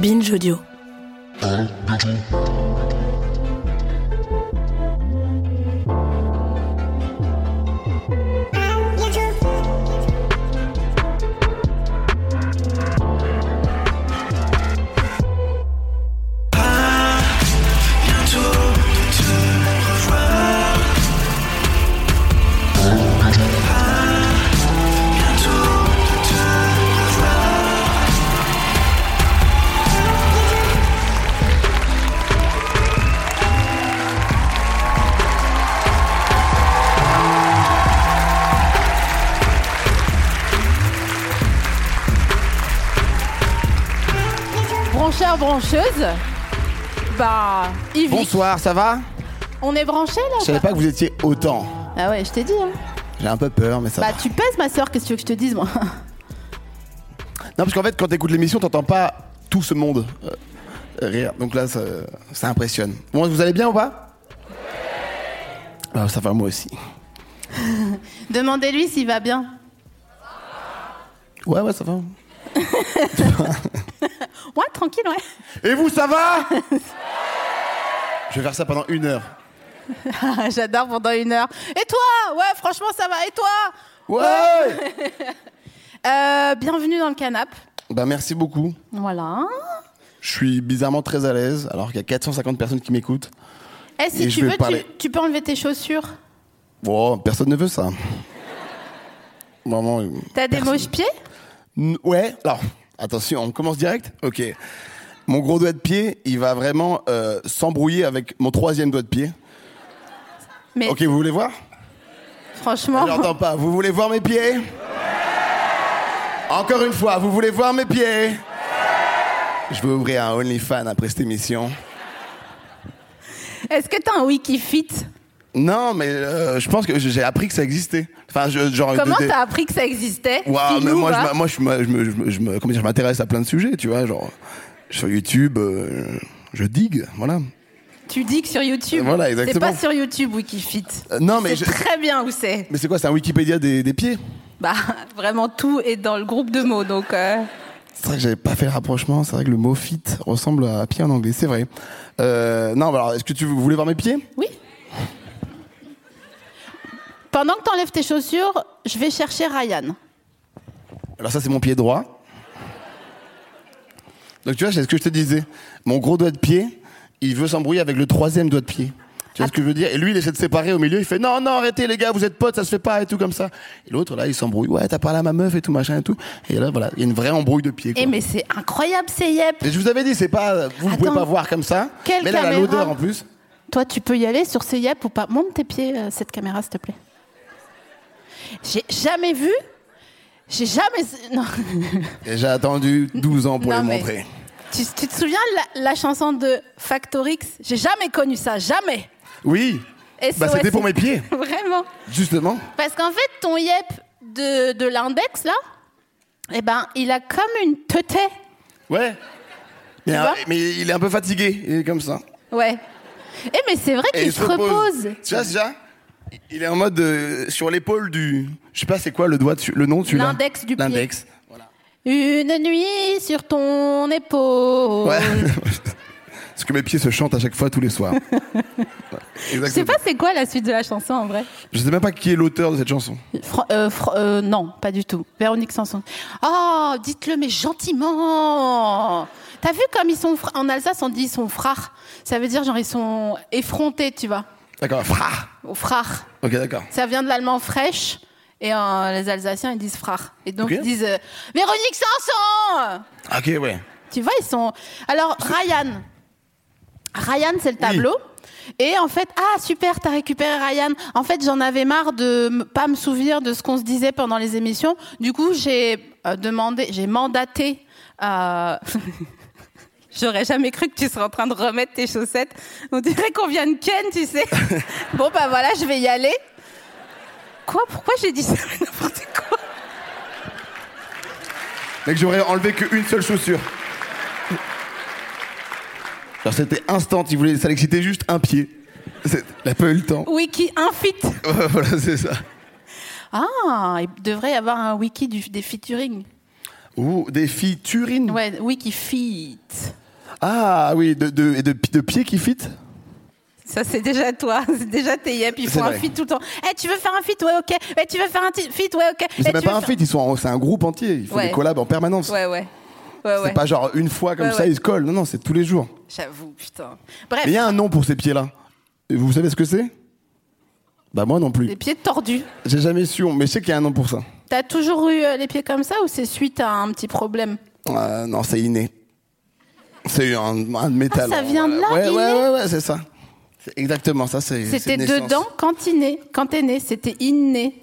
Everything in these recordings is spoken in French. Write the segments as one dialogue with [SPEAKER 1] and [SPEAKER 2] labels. [SPEAKER 1] Binge Audio.
[SPEAKER 2] Brancheurs, brancheuses Bah, Yvick,
[SPEAKER 3] Bonsoir, ça va
[SPEAKER 2] on est branchés
[SPEAKER 3] Je
[SPEAKER 2] là
[SPEAKER 3] savais pas que vous étiez autant.
[SPEAKER 2] Ah ouais, je t'ai dit. hein.
[SPEAKER 3] J'ai un peu peur, mais ça
[SPEAKER 2] Bah,
[SPEAKER 3] va.
[SPEAKER 2] tu pèses, ma soeur, qu'est-ce que tu veux que je te dise, moi
[SPEAKER 3] Non, parce qu'en fait, quand t'écoutes l'émission, t'entends pas tout ce monde euh, euh, rire. Donc là, ça, ça impressionne. Bon, vous allez bien ou pas Ah, Ça va, moi aussi.
[SPEAKER 2] Demandez-lui s'il va bien.
[SPEAKER 3] Ouais, ouais, ça va.
[SPEAKER 2] Ouais, tranquille, ouais.
[SPEAKER 3] Et vous, ça va Je vais faire ça pendant une heure.
[SPEAKER 2] J'adore pendant une heure. Et toi Ouais, franchement, ça va. Et toi
[SPEAKER 3] Ouais
[SPEAKER 2] Euh, Bienvenue dans le canap.
[SPEAKER 3] Bah, merci beaucoup.
[SPEAKER 2] Voilà.
[SPEAKER 3] Je suis bizarrement très à l'aise, alors qu'il y a 450 personnes qui m'écoutent.
[SPEAKER 2] Eh, si
[SPEAKER 3] Et je
[SPEAKER 2] tu
[SPEAKER 3] vais
[SPEAKER 2] veux,
[SPEAKER 3] parler.
[SPEAKER 2] tu, tu peux enlever tes chaussures.
[SPEAKER 3] Bon, personne ne veut ça. Vraiment. euh,
[SPEAKER 2] T'as des
[SPEAKER 3] personne-
[SPEAKER 2] moches pieds
[SPEAKER 3] N- Ouais, alors, attention, on commence direct Ok. Mon gros doigt de pied, il va vraiment euh, s'embrouiller avec mon troisième doigt de pied.
[SPEAKER 2] Mais Oh.
[SPEAKER 3] Ok, vous voulez voir
[SPEAKER 2] franchement,
[SPEAKER 3] Je l'entends pas. Vous voulez voir mes pieds Encore une fois, vous voulez voir mes pieds Je vais ouvrir un OnlyFans après cette émission.
[SPEAKER 2] est-ce que t'as un Wikifit
[SPEAKER 3] Non, mais euh, je pense que j'ai appris que ça existait. Enfin, je, genre...
[SPEAKER 2] Comment
[SPEAKER 3] de- de-
[SPEAKER 2] t'as appris que ça existait
[SPEAKER 3] Waouh, mais
[SPEAKER 2] Filou,
[SPEAKER 3] moi, je,
[SPEAKER 2] va.
[SPEAKER 3] m'a- moi, je, m'a- je me- je me- je me- comment dire, je m'intéresse à plein de sujets, tu vois, genre... Sur YouTube, euh, je digue, voilà.
[SPEAKER 2] Tu dis que sur YouTube.
[SPEAKER 3] Voilà,
[SPEAKER 2] C'est
[SPEAKER 3] exactement.
[SPEAKER 2] pas sur YouTube Wikifit.
[SPEAKER 3] Euh, non, mais
[SPEAKER 2] C'est
[SPEAKER 3] je-
[SPEAKER 2] très bien où c'est.
[SPEAKER 3] Mais c'est quoi, c'est un Wikipédia des, des pieds
[SPEAKER 2] Bah, vraiment tout est dans le groupe de mots, donc. euh,
[SPEAKER 3] C'est vrai que j'avais pas fait le rapprochement, c'est vrai que le mot fit ressemble à pied en anglais, c'est vrai. Euh, non, bah alors, est-ce que tu vous voulez voir mes pieds
[SPEAKER 2] Oui. Pendant que t'enlèves tes chaussures, je vais chercher Ryan.
[SPEAKER 3] Alors ça, c'est mon pied droit. Donc tu vois, c'est ce que je te disais. Mon gros doigt de pied, il veut s'embrouiller avec le troisième doigt de pied. Tu vois ce que je veux dire Et lui, il essaie de séparer au milieu, il fait non, non, arrêtez les gars, vous êtes potes, ça se fait pas et tout comme ça. Et l'autre, là, il s'embrouille, ouais, t'as parlé à ma meuf et tout, machin et tout. Et là, voilà, il y a une vraie embrouille de pied.
[SPEAKER 2] Eh, mais c'est incroyable, c'est yep.
[SPEAKER 3] Et je vous avais dit, c'est pas, vous pouvez
[SPEAKER 2] Attends.
[SPEAKER 3] pas voir comme ça.
[SPEAKER 2] Quelle
[SPEAKER 3] mais là, elle a
[SPEAKER 2] caméra
[SPEAKER 3] l'odeur en plus.
[SPEAKER 2] Toi, tu peux y aller sur ces yep ou pas. Monte tes pieds, euh, cette caméra, s'il te plaît. J'ai jamais vu. J'ai jamais. Non.
[SPEAKER 3] Et j'ai attendu 12 ans pour
[SPEAKER 2] Non,
[SPEAKER 3] les
[SPEAKER 2] mais-
[SPEAKER 3] montrer.
[SPEAKER 2] Tu, tu te souviens de la, la chanson de Factorix J'ai jamais connu ça, jamais.
[SPEAKER 3] Oui. Bah,
[SPEAKER 2] SOS.
[SPEAKER 3] c'était pour mes pieds,
[SPEAKER 2] Vraiment.
[SPEAKER 3] justement.
[SPEAKER 2] Parce qu'en fait, ton yep de, de l'index, là, eh ben, il a comme une teuté.
[SPEAKER 3] Ouais. Mais,
[SPEAKER 2] vois
[SPEAKER 3] euh, mais il est un peu fatigué, il est comme ça.
[SPEAKER 2] Ouais. Eh, mais c'est vrai qu'il se repose.
[SPEAKER 3] Tu vois, déjà, il est en mode euh, sur l'épaule du. Je sais pas, c'est quoi le doigt, de celui- le nom de celui-là
[SPEAKER 2] L'index du pied.
[SPEAKER 3] L'index.
[SPEAKER 2] Une nuit sur ton épaule.
[SPEAKER 3] Ouais. Parce que mes pieds se chantent à chaque fois tous les soirs. Ouais,
[SPEAKER 2] Je sais
[SPEAKER 3] exactement.
[SPEAKER 2] pas c'est quoi la suite de la chanson en vrai.
[SPEAKER 3] Je sais même pas qui est l'auteur de cette chanson.
[SPEAKER 2] Fra- euh, Fra- euh, non, pas du tout. Véronique Sanson. Oh, dites-le mais gentiment. T'as vu comme ils sont fr- en Alsace on dit ils sont frères. Ça veut dire genre ils sont effrontés, tu vois.
[SPEAKER 3] D'accord. Fra.
[SPEAKER 2] Au frères.
[SPEAKER 3] Ok, d'accord.
[SPEAKER 2] Ça vient de l'allemand fraîche et euh, les Alsaciens ils disent frères. Et donc
[SPEAKER 3] Ok.
[SPEAKER 2] ils disent euh, Véronique Sanson.
[SPEAKER 3] Ok, ouais.
[SPEAKER 2] Tu vois, ils sont. Alors, Ryan, Ryan, c'est le tableau. Et en fait, ah super, t'as récupéré Ryan. En fait, j'en avais marre de m- pas me souvenir de ce qu'on se disait pendant les émissions. Du coup, j'ai euh, demandé, j'ai mandaté. euh, J'aurais jamais cru que tu serais en train de remettre tes chaussettes. On dirait qu'on vient de Ken, tu sais. bon, bah voilà, je vais y aller. Quoi Pourquoi j'ai dit ça N'importe quoi.
[SPEAKER 3] Mec, j'aurais enlevé qu'une seule chaussure. Genre, c'était instant, il voulait, ça l'excitait juste un pied. C'est- Il a pas eu le temps.
[SPEAKER 2] Wiki infit.
[SPEAKER 3] voilà, c'est ça.
[SPEAKER 2] Ah, il devrait y avoir un wiki du- des featuring.
[SPEAKER 3] Ouh, des filles turines.
[SPEAKER 2] Ouais, wiki fit.
[SPEAKER 3] Ah oui, de, de, et de, de pieds qui fit
[SPEAKER 2] Ça, c'est déjà toi. C'est déjà tes yep. Ils
[SPEAKER 3] C'est
[SPEAKER 2] font un
[SPEAKER 3] vrai.
[SPEAKER 2] feat tout le temps. Eh, tu veux faire un feat Ouais, ok. Eh, tu veux faire un ti- feat Ouais, ok. Eh,
[SPEAKER 3] Mais c'est
[SPEAKER 2] tu
[SPEAKER 3] même
[SPEAKER 2] veux
[SPEAKER 3] pas un
[SPEAKER 2] faire-
[SPEAKER 3] fit, ils sont en- c'est un groupe entier. Ils font
[SPEAKER 2] Ouais.
[SPEAKER 3] des collabs en permanence.
[SPEAKER 2] Ouais, ouais. Ouais, ouais.
[SPEAKER 3] C'est pas genre une fois comme
[SPEAKER 2] Ouais,
[SPEAKER 3] ça,
[SPEAKER 2] ouais.
[SPEAKER 3] ils se collent. Non, non, c'est tous les jours.
[SPEAKER 2] J'avoue, putain. Bref,
[SPEAKER 3] Mais il y a un nom pour ces pieds-là. Et Vous savez ce que c'est Bah moi non
[SPEAKER 2] les
[SPEAKER 3] plus.
[SPEAKER 2] pieds tordus.
[SPEAKER 3] J'ai jamais su, mais je sais qu'il y a un nom pour ça.
[SPEAKER 2] T'as toujours eu euh, les pieds comme ça ou c'est suite à un petit problème
[SPEAKER 3] Euh, non, c'est inné. C'est un, un métal.
[SPEAKER 2] Ah, ça vient de là,
[SPEAKER 3] Ouais,
[SPEAKER 2] inné
[SPEAKER 3] ouais, ouais, ouais, c'est ça. C'est exactement ça. c'est- c'est
[SPEAKER 2] C'était
[SPEAKER 3] une naissance.
[SPEAKER 2] dedans quand, t'es né- quand t'es né. C'était inné.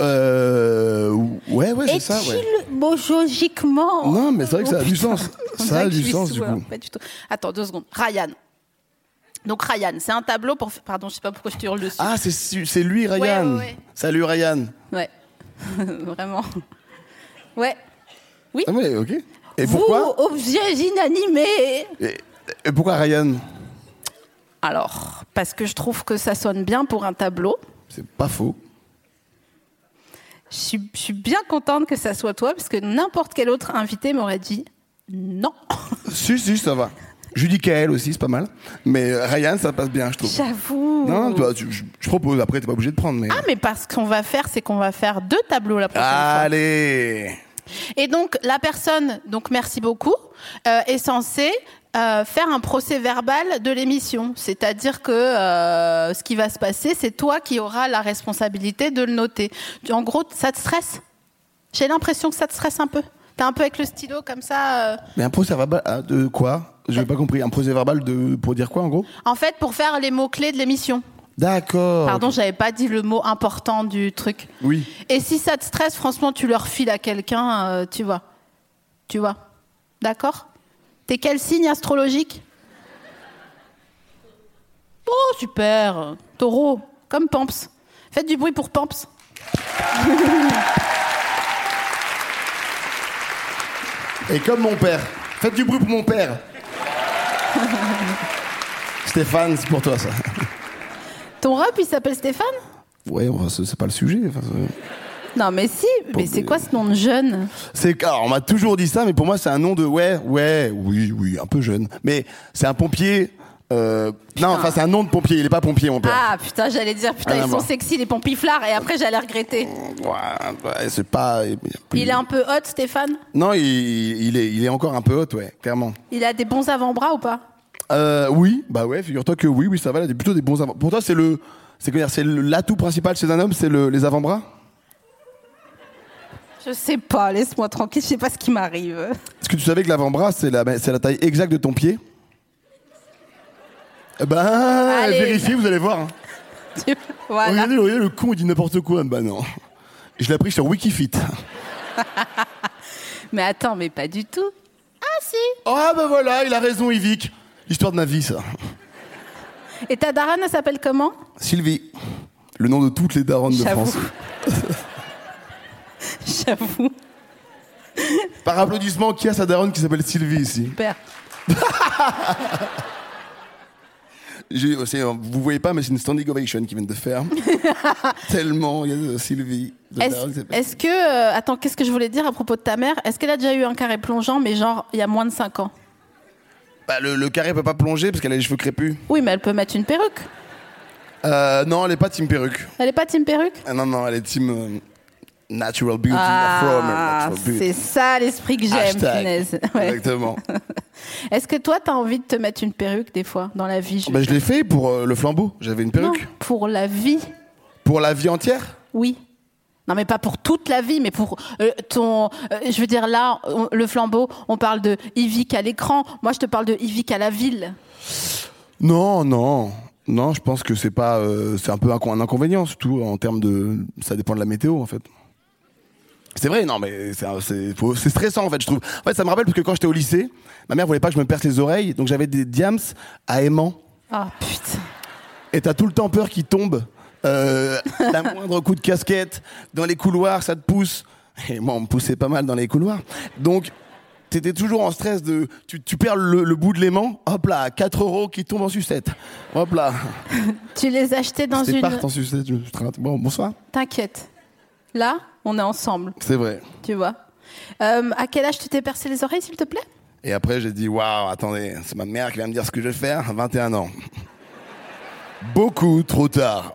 [SPEAKER 3] Euh, ouais, ouais, c'est ça, ouais.
[SPEAKER 2] Étymologiquement.
[SPEAKER 3] Non, mais c'est vrai que ça a
[SPEAKER 2] Oh,
[SPEAKER 3] du
[SPEAKER 2] putain.
[SPEAKER 3] sens. Ça
[SPEAKER 2] On
[SPEAKER 3] a
[SPEAKER 2] dirait que
[SPEAKER 3] du
[SPEAKER 2] je suis
[SPEAKER 3] sens, du
[SPEAKER 2] sourde.
[SPEAKER 3] coup.
[SPEAKER 2] hein, Pas du tout. Attends, deux secondes. Ryan. Donc, Ryan, c'est un tableau pour. Pardon, je sais pas pourquoi je te hurle dessus.
[SPEAKER 3] Ah, c'est su- c'est lui, Ryan.
[SPEAKER 2] ouais, ouais.
[SPEAKER 3] Salut, Ryan.
[SPEAKER 2] Ouais. Vraiment. Ouais.
[SPEAKER 3] Ah, ouais, ok. Et
[SPEAKER 2] Vous, oh.
[SPEAKER 3] pourquoi
[SPEAKER 2] objets inanimés
[SPEAKER 3] et, et pourquoi Ryan
[SPEAKER 2] Alors, parce que je trouve que ça sonne bien pour un tableau.
[SPEAKER 3] C'est pas faux.
[SPEAKER 2] Je suis, je suis bien contente que ça soit toi, parce que n'importe quel autre invité m'aurait dit non.
[SPEAKER 3] Si, si, ça va. Je dis Kael aussi, c'est pas mal. Mais euh, Ryan, ça passe bien, je trouve.
[SPEAKER 2] J'avoue.
[SPEAKER 3] Non, tu vois, tu- je, je propose, après, t'es pas obligé de prendre. Mais...
[SPEAKER 2] Ah, mais parce qu'on va faire, c'est qu'on va faire deux tableaux la prochaine
[SPEAKER 3] Ah,
[SPEAKER 2] fois.
[SPEAKER 3] Allez
[SPEAKER 2] Et donc, la personne, donc merci beaucoup, euh, est censée euh, faire un procès verbal de l'émission. C'est-à-dire que euh, ce qui va se passer, c'est toi qui auras la responsabilité de le noter. Tu- En gros, ça te stresse J'ai l'impression que ça te stresse un peu. T'es un peu avec le stylo comme ça. euh.
[SPEAKER 3] Mais un procès verbal ah, de quoi J'ai pas compris. Un procès verbal de, pour dire quoi, en gros
[SPEAKER 2] En fait, pour faire les mots-clés de l'émission.
[SPEAKER 3] D'accord.
[SPEAKER 2] Pardon, j'avais pas dit le mot important du truc.
[SPEAKER 3] Ah, Oui.
[SPEAKER 2] Et si ça te stresse, franchement, tu le refiles à quelqu'un, euh, tu vois. Tu vois. D'accord T'es quel signe astrologique Oh, super Taureau, comme Pamps. Faites du bruit pour Pamps.
[SPEAKER 3] Et comme mon père. Faites du bruit pour mon père. Stéphane, c'est pour toi, ça.
[SPEAKER 2] Ton rap, il s'appelle Stéphane
[SPEAKER 3] Ouais, enfin, c'est c'est pas le sujet. enfin, c'est-
[SPEAKER 2] Non, mais si Mais c'est quoi ce nom de jeune
[SPEAKER 3] c'est alors, on m'a toujours dit ça, mais pour moi, c'est un nom de ouais, ouais, oui, oui, un peu jeune. Mais c'est un pompier. euh, non, enfin, c'est un nom de pompier. Il est pas pompier, mon père.
[SPEAKER 2] Ah, putain, j'allais dire, putain,
[SPEAKER 3] Rien à
[SPEAKER 2] ils sont
[SPEAKER 3] voir.
[SPEAKER 2] sexy, les pompiflards, et après, j'allais regretter.
[SPEAKER 3] Ouais, ouais, c'est pas. il- il-
[SPEAKER 2] Il est un peu hot, Stéphane
[SPEAKER 3] Non, il, il est, il est encore un peu haute, ouais, clairement.
[SPEAKER 2] Il a des bons avant-bras ou pas
[SPEAKER 3] Euh, oui, bah ouais, figure-toi que oui, oui, ça va, il a plutôt des bons avant. Pour toi, c'est le, c'est quoi dire, c'est le- l'atout principal chez un homme, c'est le- les avant-bras.
[SPEAKER 2] Je sais pas, laisse-moi tranquille, je sais pas ce qui m'arrive.
[SPEAKER 3] Est-ce que tu savais que l'avant-bras, c'est la, c'est la taille exacte de ton pied Eh Ben,
[SPEAKER 2] Allez.
[SPEAKER 3] vérifiez, vous allez voir. hein. Oh,
[SPEAKER 2] Tu- voilà.
[SPEAKER 3] Regardez, regardez, le con, il dit n'importe quoi. Bah non. Je l'ai appris sur Wikifit.
[SPEAKER 2] Mais attends, mais pas du tout. Ah si
[SPEAKER 3] Ah bah voilà, il a raison, Yvick. L'histoire de ma vie, ça.
[SPEAKER 2] Et ta daronne, elle s'appelle comment
[SPEAKER 3] Sylvie, le nom de toutes les daronnes de
[SPEAKER 2] J'avoue.
[SPEAKER 3] France.
[SPEAKER 2] J'avoue.
[SPEAKER 3] Par applaudissement, qui a sa daronne qui s'appelle Sylvie ici
[SPEAKER 2] Super.
[SPEAKER 3] J'ai- c'est- Vous voyez pas, mais c'est une standing ovation qu'ils viennent de faire. Tellement, il y a de Sylvie. de daronne qui
[SPEAKER 2] Est-ce
[SPEAKER 3] s'appelle-
[SPEAKER 2] est-ce que... euh, attends, qu'est-ce que je voulais dire à propos de ta mère Est-ce qu'elle a déjà eu un carré plongeant, mais genre, il y a moins de 5 ans
[SPEAKER 3] Bah, le, le carré peut pas plonger parce qu'elle a les cheveux crépus.
[SPEAKER 2] Oui, mais elle peut mettre une perruque.
[SPEAKER 3] Euh, non, elle est pas team perruque.
[SPEAKER 2] Elle est pas team perruque
[SPEAKER 3] Ah non, non, elle est team euh, natural beauty, afro natural beauty.
[SPEAKER 2] Ah, c'est ça l'esprit que j'aime,
[SPEAKER 3] Hashtag.
[SPEAKER 2] punaise. Ouais.
[SPEAKER 3] Exactement. Ah,
[SPEAKER 2] Est-ce que toi, t'as envie de te mettre une perruque des fois dans la vie je-
[SPEAKER 3] Bah, je l'ai fait pour euh, le flambeau. J'avais une
[SPEAKER 2] Non,
[SPEAKER 3] perruque.
[SPEAKER 2] pour la vie.
[SPEAKER 3] Pour la vie entière
[SPEAKER 2] Oui. Non, mais pas pour toute la vie, mais pour euh, ton. euh, je veux dire, là, on- le flambeau, on parle de Yvick à l'écran. Moi, je te parle de Yvick à la ville.
[SPEAKER 3] Non, non. Non, je pense que c'est pas, euh, c'est un peu un, un inconvénient, surtout en termes de, ça dépend de la météo en fait. C'est vrai, non, mais c'est un- c'est faut- c'est stressant en fait, je trouve. En fait, ça me rappelle parce que quand j'étais au lycée, ma mère voulait pas que je me perce les oreilles, donc j'avais des diams à aimant.
[SPEAKER 2] Ah putain.
[SPEAKER 3] Et t'as tout le temps peur qu'il tombe. Euh, la moindre coup de casquette, dans les couloirs, ça te pousse. Et moi, on me poussait pas mal dans les couloirs. Donc, t'étais toujours en stress de. Tu, tu perds le, le bout de l'aimant, hop là, 4 euros qui tombent en sucette. Hop là.
[SPEAKER 2] Tu les achetais dans
[SPEAKER 3] C'était
[SPEAKER 2] une.
[SPEAKER 3] part en sucette. je- je traite. Bon, bonsoir.
[SPEAKER 2] T'inquiète. Là, on est ensemble,
[SPEAKER 3] C'est vrai.
[SPEAKER 2] tu vois. Euh, à quel âge tu t'es percé les oreilles, s'il te plaît
[SPEAKER 3] Et après, j'ai dit waouh, attendez, c'est ma mère qui va me dire ce que je vais faire à 21 ans. Beaucoup trop tard.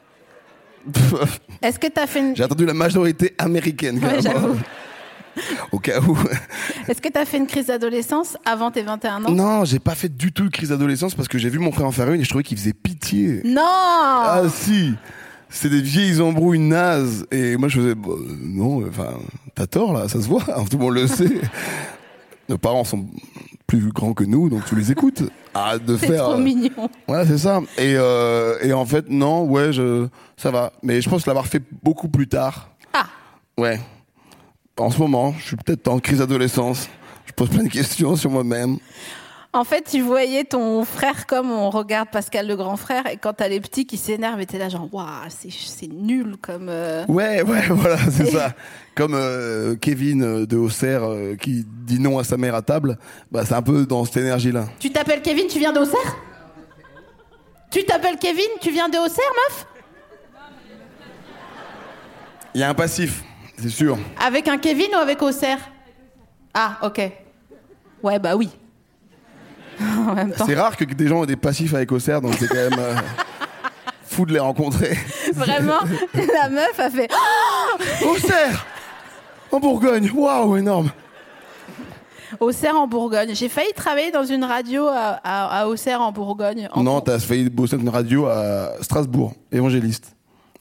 [SPEAKER 2] Est-ce que t'as fait une.
[SPEAKER 3] j'ai attendu la majorité américaine.
[SPEAKER 2] Ouais,
[SPEAKER 3] carrément.
[SPEAKER 2] j'avoue.
[SPEAKER 3] Au cas où.
[SPEAKER 2] Est-ce que t'as fait une crise d'adolescence avant tes 21 ans
[SPEAKER 3] Non, j'ai pas fait du tout de crise d'adolescence parce que j'ai vu mon frère en faire une et je trouvais qu'il faisait pitié.
[SPEAKER 2] Non
[SPEAKER 3] Ah si C'est des vieilles embrouilles nazes. Et moi je faisais, bah, euh, non, enfin, t'as tort là, ça se voit, tout le monde le sait. Nos parents sont plus grands que nous, donc tu les écoutes. Arrête de
[SPEAKER 2] C'est
[SPEAKER 3] faire...
[SPEAKER 2] trop mignon.
[SPEAKER 3] Ouais, c'est ça. Et, euh, et en fait, non, ouais, je, ça va. Mais je pense l'avoir fait beaucoup plus tard.
[SPEAKER 2] Ah
[SPEAKER 3] Ouais. En ce moment, je suis peut-être en crise d'adolescence. Je pose plein de questions sur moi-même.
[SPEAKER 2] En fait, tu voyais ton frère comme on regarde Pascal le grand frère, et quand t'as les petits qui s'énervent, et t'es là genre, waouh, c'est- c'est nul comme. euh.
[SPEAKER 3] Ouais, ouais, voilà, c'est ça. Comme euh, Kevin euh, de Auxerre euh, qui dit non à sa mère à table, bah, c'est un peu dans cette énergie-là.
[SPEAKER 2] Tu t'appelles Kevin, tu viens de Auxerre Tu t'appelles Kevin, tu viens de Auxerre, meuf
[SPEAKER 3] Il y a un passif, c'est sûr.
[SPEAKER 2] Avec un Kevin ou avec Auxerre Ah, ok. Ouais, bah oui. en même temps.
[SPEAKER 3] C'est rare que des gens aient des passifs avec Auxerre, donc c'est quand même euh, fou de les rencontrer.
[SPEAKER 2] Vraiment, la meuf a fait. oh
[SPEAKER 3] Auxerre En Bourgogne, waouh, énorme
[SPEAKER 2] Auxerre en Bourgogne. J'ai failli travailler dans une radio à, à- à Auxerre en Bourgogne. En
[SPEAKER 3] Non,
[SPEAKER 2] Bour-
[SPEAKER 3] t'as failli bosser dans une radio à Strasbourg, évangéliste.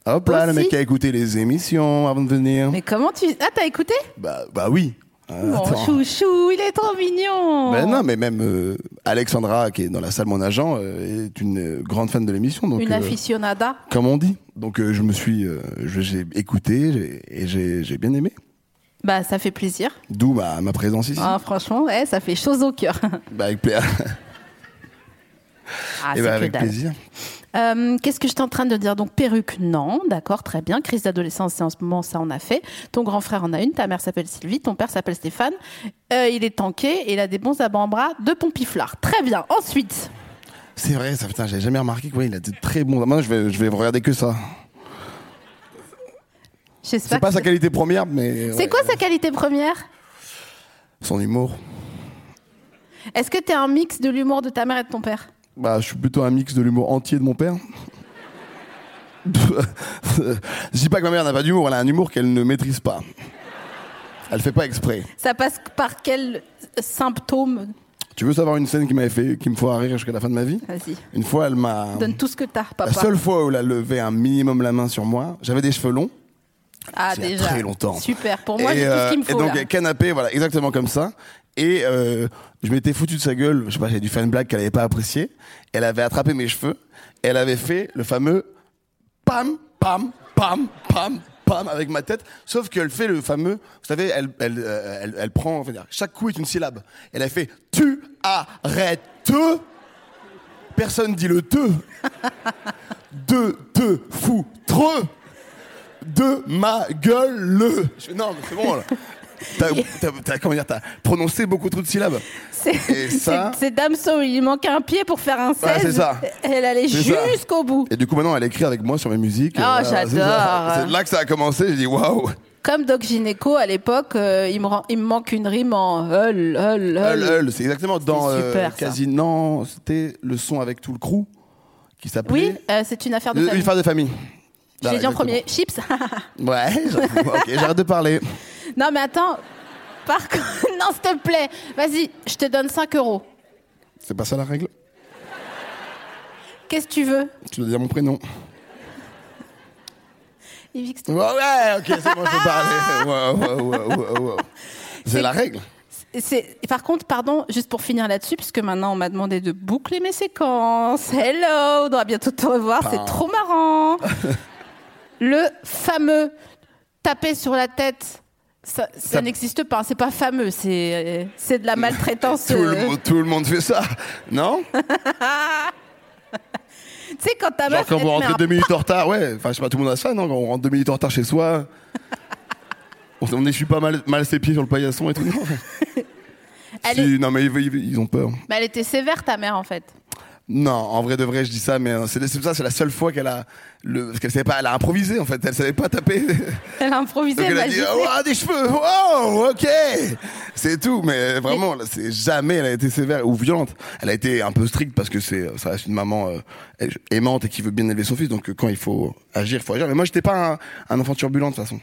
[SPEAKER 3] Hop là, le
[SPEAKER 2] Aussi
[SPEAKER 3] mec qui a écouté les émissions avant de venir.
[SPEAKER 2] Mais comment tu. Ah, t'as écouté
[SPEAKER 3] Bah, bah oui. Euh,
[SPEAKER 2] Mon
[SPEAKER 3] attends.
[SPEAKER 2] chouchou, il est trop mignon
[SPEAKER 3] Ben non, mais même euh, Alexandra, qui est dans la salle, mon agent, euh, est une euh, grande fan de l'émission. donc,
[SPEAKER 2] Une
[SPEAKER 3] euh,
[SPEAKER 2] aficionada.
[SPEAKER 3] Comme on dit. Donc euh, je me suis, euh, je- j'ai écouté j'ai- et j'ai j'ai bien aimé.
[SPEAKER 2] Bah, ça fait plaisir.
[SPEAKER 3] D'où ma, ma présence ici.
[SPEAKER 2] Ah, franchement, ouais, ça fait chose au cœur.
[SPEAKER 3] Bah, avec, pla-
[SPEAKER 2] Ah,
[SPEAKER 3] Eh
[SPEAKER 2] c'est
[SPEAKER 3] ben,
[SPEAKER 2] que
[SPEAKER 3] avec
[SPEAKER 2] dalle.
[SPEAKER 3] plaisir.
[SPEAKER 2] Euh, Qu'est-ce que j'étais en train de dire Donc, perruque, non, d'accord, très bien. Crise d'adolescence, c'est en ce moment, ça on a fait. Ton grand frère en a une, ta mère s'appelle Sylvie, ton père s'appelle Stéphane. Euh, il est tanké et il a des bons abambras de pompiflard. Très bien. Ensuite,
[SPEAKER 3] C'est vrai, ça, putain, j'avais jamais remarqué que ouais, il a des très bons. Moi, je vais, je vais regarder que ça. C'est
[SPEAKER 2] j'espère.
[SPEAKER 3] pas
[SPEAKER 2] que-
[SPEAKER 3] sa qualité première, mais.
[SPEAKER 2] Bah, C'est
[SPEAKER 3] ouais,
[SPEAKER 2] quoi sa qualité première
[SPEAKER 3] Son humour.
[SPEAKER 2] Est-ce que t'es un mix de l'humour de ta mère et de ton père
[SPEAKER 3] Bah, je suis plutôt un mix de l'humour entier de mon père. je dis pas que ma mère n'a pas d'humour, elle a un humour qu'elle ne maîtrise pas. Elle fait pas exprès.
[SPEAKER 2] Ça passe par quel symptôme
[SPEAKER 3] Tu veux savoir une scène qui m'avait fait, qui me fera rire jusqu'à la fin de ma vie
[SPEAKER 2] Vas-y,
[SPEAKER 3] Une fois, elle m'a.
[SPEAKER 2] donne tout ce que t'as,
[SPEAKER 3] Ah
[SPEAKER 2] papa.
[SPEAKER 3] La seule fois où elle a levé un minimum la main sur moi, j'avais des cheveux longs.
[SPEAKER 2] ah,
[SPEAKER 3] C'est il y a
[SPEAKER 2] déjà.
[SPEAKER 3] très longtemps.
[SPEAKER 2] Super, pour moi,
[SPEAKER 3] Et,
[SPEAKER 2] j'ai tout ce qu'il me
[SPEAKER 3] euh,
[SPEAKER 2] faut.
[SPEAKER 3] Et donc,
[SPEAKER 2] là.
[SPEAKER 3] canapé, voilà, exactement comme ça. Et euh, je m'étais foutu de sa gueule, je sais pas, j'avais dû faire une blague qu'elle avait pas appréciée. Elle avait attrapé mes cheveux, elle avait fait le fameux pam, pam, pam, pam, pam avec ma tête. Sauf qu'elle fait le fameux, vous savez, elle, elle, euh, elle, elle prend, enfin, chaque coup est une syllabe. Elle a fait tu arrêtes. Personne dit le te. De te foutre de ma gueule le. Je fais, non, mais c'est bon là. T'as, t'as- t'as- comment dire, t'as prononcé beaucoup trop de syllabes.
[SPEAKER 2] C'est
[SPEAKER 3] Et ça-
[SPEAKER 2] c'est- c'est Damso, il lui manquait un pied pour faire un 16.
[SPEAKER 3] Ouais, c'est ça.
[SPEAKER 2] Elle allait
[SPEAKER 3] C'est ça.
[SPEAKER 2] jusqu'au bout.
[SPEAKER 3] Et du coup, maintenant, elle écrit avec moi sur mes musiques.
[SPEAKER 2] Ah,
[SPEAKER 3] Euh, voilà,
[SPEAKER 2] j'adore. Euh,
[SPEAKER 3] C'est, ça. C'est là que ça a commencé. J'ai dit waouh.
[SPEAKER 2] Comme Doc Gineco, à l'époque, euh, il, me rend- il me manque une rime en hull, hull,
[SPEAKER 3] Hull,
[SPEAKER 2] hull.
[SPEAKER 3] Hull, c'est exactement dans
[SPEAKER 2] C'était super, ça.
[SPEAKER 3] Casino. C'était le son avec tout le crew qui
[SPEAKER 2] Oui,
[SPEAKER 3] s'appelait.
[SPEAKER 2] euh, c'est une affaire de
[SPEAKER 3] Le-
[SPEAKER 2] famille.
[SPEAKER 3] Une affaire de famille.
[SPEAKER 2] Je l'ai
[SPEAKER 3] Voilà,
[SPEAKER 2] dit en
[SPEAKER 3] exactement.
[SPEAKER 2] premier. Chips.
[SPEAKER 3] Ouais, j'arrête- ok, j'arrête de parler.
[SPEAKER 2] non, mais attends. Par contre, non, s'il te plaît. Vas-y, je te donne 5 euros.
[SPEAKER 3] C'est pas ça la règle
[SPEAKER 2] Qu'est-ce que tu veux
[SPEAKER 3] Tu dois dire mon prénom.
[SPEAKER 2] Yvix,
[SPEAKER 3] Ouais, ouais, ok, c'est bon, je peux parler. Ouais, ouais, ouais, ouais, ouais. C'est la règle.
[SPEAKER 2] c'est- et Par contre, pardon, juste pour finir là-dessus, puisque maintenant on m'a demandé de boucler mes séquences. Hello, on doit bientôt te revoir, c'est trop marrant. Le fameux taper sur la tête, ça, ça
[SPEAKER 3] Ça-
[SPEAKER 2] n'existe pas, c'est pas fameux, c'est c'est de la maltraitance.
[SPEAKER 3] Tout le,
[SPEAKER 2] euh,
[SPEAKER 3] monde- tout le monde fait ça, non
[SPEAKER 2] Tu sais, quand ta
[SPEAKER 3] Genre
[SPEAKER 2] meuf.
[SPEAKER 3] quand
[SPEAKER 2] elle te
[SPEAKER 3] vous
[SPEAKER 2] met un
[SPEAKER 3] rentrez deux minutes en retard, ouais, enfin je sais pas, tout le monde a ça, non Quand on rentre deux minutes en retard chez soi, on, on essuie pas mal, mal ses pieds sur le paillasson et tout, non
[SPEAKER 2] Elle
[SPEAKER 3] Si,
[SPEAKER 2] est-
[SPEAKER 3] Non mais ils, ils- ils ont peur.
[SPEAKER 2] Mais elle était sévère, ta mère, en fait.
[SPEAKER 3] Non, en vrai de vrai, je dis ça, mais euh, c'est c'est pour ça, c'est la seule fois qu'elle a, le, parce qu'elle savait pas, elle a improvisé en fait, elle savait pas taper.
[SPEAKER 2] Elle a improvisé,
[SPEAKER 3] Donc elle
[SPEAKER 2] elle
[SPEAKER 3] a
[SPEAKER 2] a
[SPEAKER 3] dit
[SPEAKER 2] juste-
[SPEAKER 3] oh, ah, des cheveux, oh, ok, c'est tout. Mais vraiment, là, c'est jamais elle a été sévère ou violente. Elle a été un peu stricte parce que c'est ça reste une maman euh, aimante et qui veut bien élever son fils. Donc euh, quand il faut agir, il faut agir. Mais moi, j'étais pas un, un enfant turbulent de toute façon.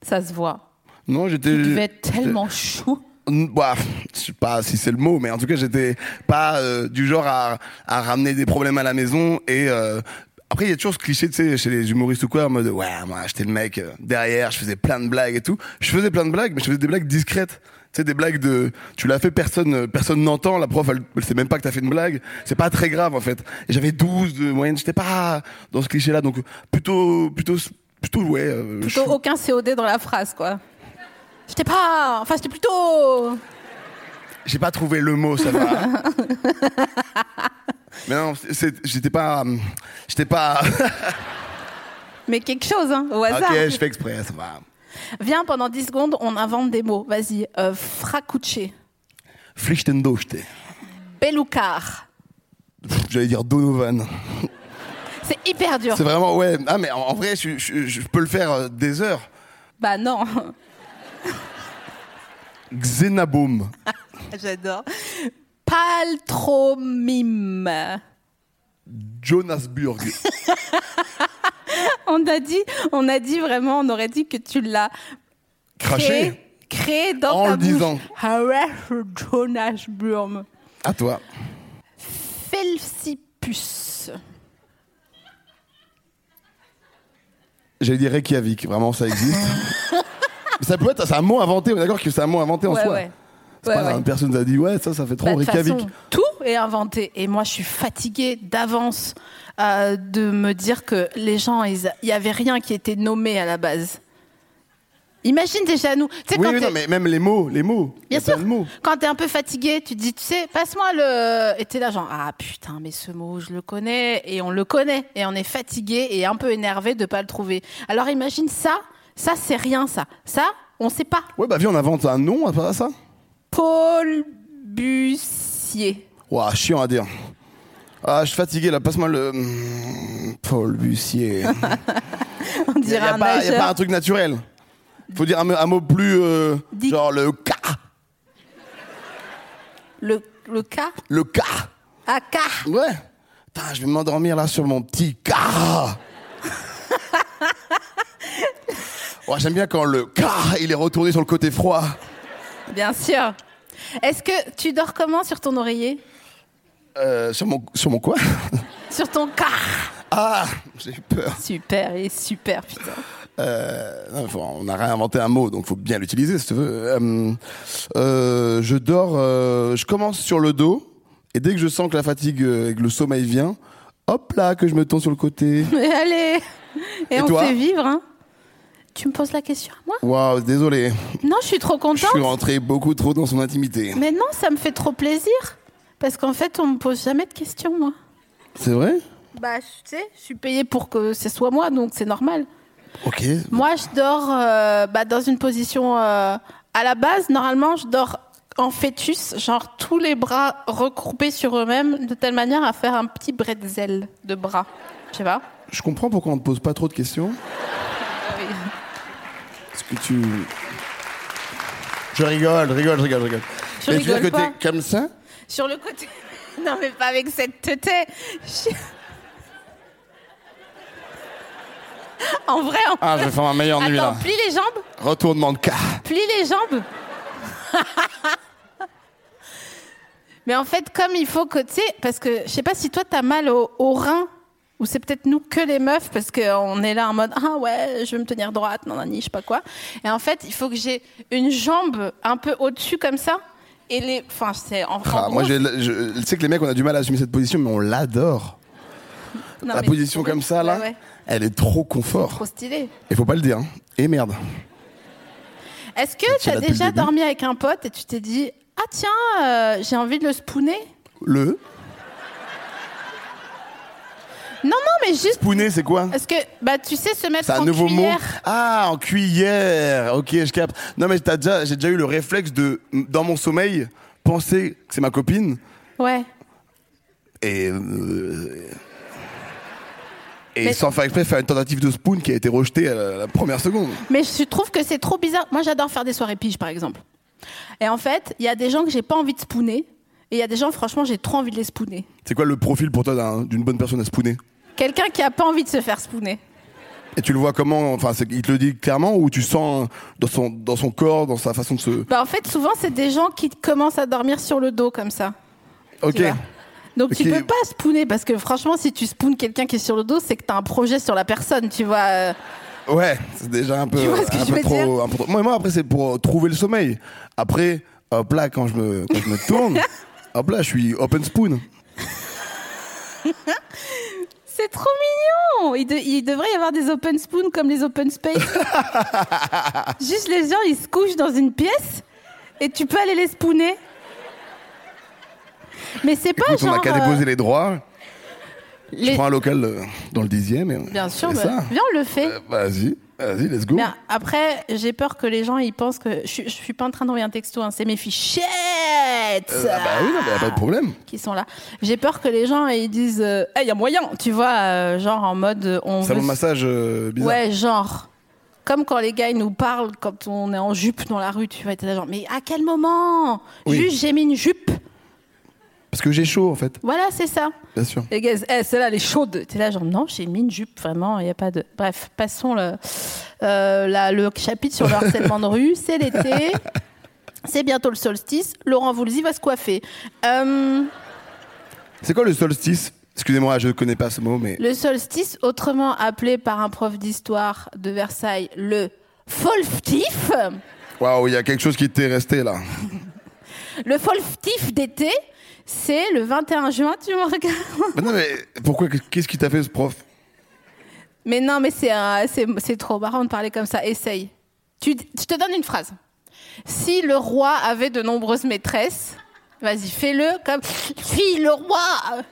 [SPEAKER 2] Ça se voit.
[SPEAKER 3] Non, j'étais.
[SPEAKER 2] Tu devais être tellement chou.
[SPEAKER 3] Mm, Bah, je sais pas si c'est le mot, mais en tout cas, j'étais pas euh, du genre à, à ramener des problèmes à la maison. Et euh, après, il y a toujours ce cliché, tu sais, chez les humoristes ou quoi, en mode ouais, moi, j'étais le mec euh, derrière, je faisais plein de blagues et tout. Je faisais plein de blagues, mais je faisais des blagues discrètes. Tu sais, des blagues de. Tu l'as fait, personne euh, personne n'entend, la prof, elle, elle sait même pas que t'as fait une blague. C'est pas très grave, en fait. Et j'avais 12 de moyenne, j'étais pas dans ce cliché-là. Donc, plutôt. plutôt Plutôt, ouais. euh,
[SPEAKER 2] Plutôt
[SPEAKER 3] chou-
[SPEAKER 2] aucun COD dans la phrase, quoi. J'étais pas. Enfin, j'étais plutôt.
[SPEAKER 3] J'ai pas trouvé le mot, ça va. Mais non, c'est- j'étais pas. hum, J'étais pas.
[SPEAKER 2] Mais quelque chose, hein, au
[SPEAKER 3] ok,
[SPEAKER 2] hasard.
[SPEAKER 3] je fais exprès, ça va.
[SPEAKER 2] Viens, pendant 10 secondes, on invente des mots. Vas-y. Euh, fracouché.
[SPEAKER 3] Flichtendochte.
[SPEAKER 2] Beloucar.
[SPEAKER 3] Pff, J'allais dire Donovan.
[SPEAKER 2] C'est hyper dur.
[SPEAKER 3] C'est vraiment, ouais. Ah, mais en, en vrai, je, je- je peux le faire euh, des heures.
[SPEAKER 2] Bah non.
[SPEAKER 3] Xenaboum.
[SPEAKER 2] J'adore. Paltromime.
[SPEAKER 3] Jonasburg.
[SPEAKER 2] On a dit, on a dit vraiment, on aurait dit que tu l'as
[SPEAKER 3] Craché.
[SPEAKER 2] créé, créé dans
[SPEAKER 3] En
[SPEAKER 2] ta
[SPEAKER 3] le
[SPEAKER 2] bouche.
[SPEAKER 3] disant.
[SPEAKER 2] Ah ouais, Jonas Burm.
[SPEAKER 3] À toi.
[SPEAKER 2] Felsipus.
[SPEAKER 3] J'allais dire Reykjavik. Vraiment, ça existe. Mais ça peut être. C'est un mot inventé, on est d'accord que c'est un mot inventé en
[SPEAKER 2] Ouais,
[SPEAKER 3] soi.
[SPEAKER 2] ouais.
[SPEAKER 3] C'est
[SPEAKER 2] Ouais,
[SPEAKER 3] pas
[SPEAKER 2] ouais.
[SPEAKER 3] une personne qui a dit, ouais, ça, ça fait trop
[SPEAKER 2] Bah, de toute
[SPEAKER 3] Reykjavik.
[SPEAKER 2] façon, tout est inventé. Et moi, je suis fatiguée d'avance euh, de me dire que les gens, ils- il n'y avait rien qui était nommé à la base. Imagine déjà nous. Tu sais,
[SPEAKER 3] Oui,
[SPEAKER 2] quand
[SPEAKER 3] oui,
[SPEAKER 2] t'es-
[SPEAKER 3] non, mais même les mots, les mots. Il y
[SPEAKER 2] Bien
[SPEAKER 3] a plein
[SPEAKER 2] sûr.
[SPEAKER 3] de mots.
[SPEAKER 2] Quand t'es un peu fatigué, tu te dis, tu sais, passe-moi le. Et t'es là, genre, ah putain, mais ce mot, je le connais. Et on le connaît. Et on est fatigué et un peu énervé de pas le trouver. Alors imagine ça. Ça, c'est rien, ça. Ça, on sait pas.
[SPEAKER 3] Ouais, bah viens, on invente un nom à part ça.
[SPEAKER 2] Paul Bussier.
[SPEAKER 3] Ouah, chiant à dire. Ah, je suis fatigué là, passe-moi le. Hmm, Paul Bussier.
[SPEAKER 2] On
[SPEAKER 3] Il n'y
[SPEAKER 2] dirait
[SPEAKER 3] a,
[SPEAKER 2] un
[SPEAKER 3] pas- y a
[SPEAKER 2] nageur.
[SPEAKER 3] pas un truc naturel. Faut dire un, un mot plus. euh,
[SPEAKER 2] Dis-
[SPEAKER 3] genre le K.
[SPEAKER 2] Le, le cas
[SPEAKER 3] Le K.
[SPEAKER 2] Ah, cas
[SPEAKER 3] Ouais. Putain, je vais m'endormir là sur mon petit K. Ouais, J'aime bien quand le K il est retourné sur le côté froid.
[SPEAKER 2] Bien sûr. Est-ce que tu dors comment sur ton oreiller
[SPEAKER 3] Euh, sur, mon, sur mon quoi
[SPEAKER 2] Sur ton cas
[SPEAKER 3] Ah, j'ai eu peur.
[SPEAKER 2] Super, il est super, putain.
[SPEAKER 3] Euh, non, faut- on a réinventé un mot, donc faut bien l'utiliser si tu veux. Euh, euh, je dors, euh, je commence sur le dos, et dès que je sens que la fatigue euh, et que le sommeil vient, hop là, que je me tourne sur le côté.
[SPEAKER 2] Mais allez Et,
[SPEAKER 3] Et
[SPEAKER 2] on
[SPEAKER 3] toi
[SPEAKER 2] sait vivre, hein Tu me poses la question à moi
[SPEAKER 3] Waouh, désolé,
[SPEAKER 2] Non, je suis trop
[SPEAKER 3] je
[SPEAKER 2] contente.
[SPEAKER 3] suis rentré beaucoup trop dans son intimité.
[SPEAKER 2] Mais non, ça me fait trop plaisir. Parce qu'en fait, on me pose jamais de questions, moi.
[SPEAKER 3] C'est vrai
[SPEAKER 2] Bah, tu sais, je suis payée pour que ce soit moi, donc c'est normal.
[SPEAKER 3] Ok.
[SPEAKER 2] Moi, je dors euh, bah, dans une position. euh, à la base, normalement, je dors en fœtus, genre tous les bras recourbés sur eux-mêmes, de telle manière à faire un petit bretzel de bras. Tu vois
[SPEAKER 3] Je comprends pourquoi on ne pose pas trop de questions.
[SPEAKER 2] Ah
[SPEAKER 3] Parce que tu. Je rigole, je rigole, je rigole, je rigole.
[SPEAKER 2] Je
[SPEAKER 3] Mais tu veux dire
[SPEAKER 2] rigole
[SPEAKER 3] que
[SPEAKER 2] pas.
[SPEAKER 3] t'es comme ça
[SPEAKER 2] Sur le côté. Non, mais pas avec cette tête. En vrai, en...
[SPEAKER 3] Ah, je vais faire ma meilleure nuit
[SPEAKER 2] attends,
[SPEAKER 3] là.
[SPEAKER 2] plie les jambes,
[SPEAKER 3] Retournement de cas.
[SPEAKER 2] plie les jambes. mais en fait, comme il faut que tu sais, parce que je sais pas si toi t'as mal au, au rein Ou c'est peut-être nous que les meufs, parce qu'on est là en mode Ah ouais, je vais me tenir droite, non, je sais pas quoi. Et en fait, il faut que j'ai une jambe un peu au-dessus comme ça. Et les. Enfin, c'est. En, en
[SPEAKER 3] Ah, moi,
[SPEAKER 2] gros,
[SPEAKER 3] j'ai- je, je sais que les mecs, on a du mal à assumer cette position, mais on l'adore.
[SPEAKER 2] non,
[SPEAKER 3] La
[SPEAKER 2] mais-
[SPEAKER 3] position comme ça, là,
[SPEAKER 2] Ouais, ouais.
[SPEAKER 3] elle est trop confort.
[SPEAKER 2] Trop stylé.
[SPEAKER 3] Et faut pas le dire. hein. Et merde.
[SPEAKER 2] Est-ce que
[SPEAKER 3] Là-dessus,
[SPEAKER 2] tu as
[SPEAKER 3] là, depuis le
[SPEAKER 2] déjà
[SPEAKER 3] début.
[SPEAKER 2] dormi avec un pote et tu t'es dit Ah tiens, euh, j'ai envie de le spooner
[SPEAKER 3] Le
[SPEAKER 2] Non, non, mais juste.
[SPEAKER 3] pounet, c'est quoi
[SPEAKER 2] Est-ce que. Bah, tu sais, se mettre
[SPEAKER 3] C'est un
[SPEAKER 2] en
[SPEAKER 3] nouveau
[SPEAKER 2] cuillère.
[SPEAKER 3] mot. Ah, en cuillère. Ok, je capte. Non, mais t'as déjà, j'ai déjà eu le réflexe de, dans mon sommeil, penser que c'est ma copine
[SPEAKER 2] Ouais.
[SPEAKER 3] et. euh, et
[SPEAKER 2] Mais-
[SPEAKER 3] sans faire exprès, faire une tentative de spoon qui a été rejetée à la, la première seconde.
[SPEAKER 2] Mais je trouve que c'est trop bizarre. Moi, j'adore faire des soirées piges, par exemple. Et en fait, il y a des gens que j'ai pas envie de spooner. Et il y a des gens, franchement, j'ai trop envie de les spooner.
[SPEAKER 3] C'est quoi le profil pour toi d'un- d'une bonne personne à spooner
[SPEAKER 2] Quelqu'un qui a pas envie de se faire spooner.
[SPEAKER 3] Et tu le vois comment Enfin, c'est- il te le dit clairement ou tu sens dans son, dans son corps, dans sa façon de se.
[SPEAKER 2] Bah, en fait, souvent, c'est des gens qui commencent à dormir sur le dos comme ça.
[SPEAKER 3] Ok.
[SPEAKER 2] tu vois. Donc tu
[SPEAKER 3] Ok.
[SPEAKER 2] peux pas spooner parce que franchement si tu spoones quelqu'un qui est sur le dos c'est que t'as un projet sur la personne tu vois. euh.
[SPEAKER 3] Ouais, c'est déjà un peu,
[SPEAKER 2] Tu vois ce que
[SPEAKER 3] un
[SPEAKER 2] je
[SPEAKER 3] peu
[SPEAKER 2] veux
[SPEAKER 3] trop,
[SPEAKER 2] dire
[SPEAKER 3] un peu trop- Moi, moi, après, c'est pour trouver le sommeil. Après, hop là, quand je me, quand je me tourne, hop là, je suis open spoon.
[SPEAKER 2] C'est trop mignon. Il, de- il devrait y avoir des open spoons comme les open space. Juste les gens ils se couchent dans une pièce et tu peux aller les spooner. Mais c'est pas
[SPEAKER 3] Écoute, on
[SPEAKER 2] genre.
[SPEAKER 3] n'a qu'à
[SPEAKER 2] euh,
[SPEAKER 3] déposer les droits. Je
[SPEAKER 2] les-
[SPEAKER 3] prends un local euh, dans le dixième. et-
[SPEAKER 2] Bien sûr,
[SPEAKER 3] c'est
[SPEAKER 2] bah,
[SPEAKER 3] ça.
[SPEAKER 2] viens on le fait.
[SPEAKER 3] Euh, Vas-y, vas-y, let's go.
[SPEAKER 2] Mais après, j'ai peur que les gens ils pensent que je, suis- je suis pas en train d'envoyer un texto, hein, c'est mes fichettes.
[SPEAKER 3] Euh, ah bah oui, non, mais pas de problème.
[SPEAKER 2] qui sont là. J'ai peur que les gens ils disent euh, Hey, il y a moyen, tu vois, euh, genre en mode euh, on
[SPEAKER 3] Salon
[SPEAKER 2] veut
[SPEAKER 3] de massage euh, bizarre.
[SPEAKER 2] Ouais, genre comme quand les gars ils nous parlent quand on est en jupe dans la rue, tu vois, t'es là genre mais à quel moment
[SPEAKER 3] Oui.
[SPEAKER 2] Juste j'ai mis une jupe.
[SPEAKER 3] Parce que j'ai chaud, en fait,
[SPEAKER 2] Voilà, c'est ça.
[SPEAKER 3] bien sûr.
[SPEAKER 2] Les gars, ils disent, hey, celle-là elle est chaude. T'es là genre non, j'ai mis une jupe vraiment, il y a pas de Bref, passons le euh, la- le chapitre sur le harcèlement de rue, c'est l'été. C'est bientôt le solstice. Laurent Voulzy va se coiffer. Euh,
[SPEAKER 3] C'est quoi le solstice Excusez-moi, je ne connais pas ce mot, mais.
[SPEAKER 2] Le solstice, autrement appelé par un prof d'histoire de Versailles le folftif,
[SPEAKER 3] Waouh, il y a quelque chose qui t'est resté là.
[SPEAKER 2] le folftif d'été, c'est le 21 juin, tu me regardes
[SPEAKER 3] Mais non, mais pourquoi Qu'est-ce qui t'a fait ce prof
[SPEAKER 2] Mais non, mais c'est un- c'est c'est trop marrant de parler comme ça, essaye. Tu, je te donne une phrase. Si le roi avait de nombreuses maîtresses, vas-y, fais-le comme si le roi,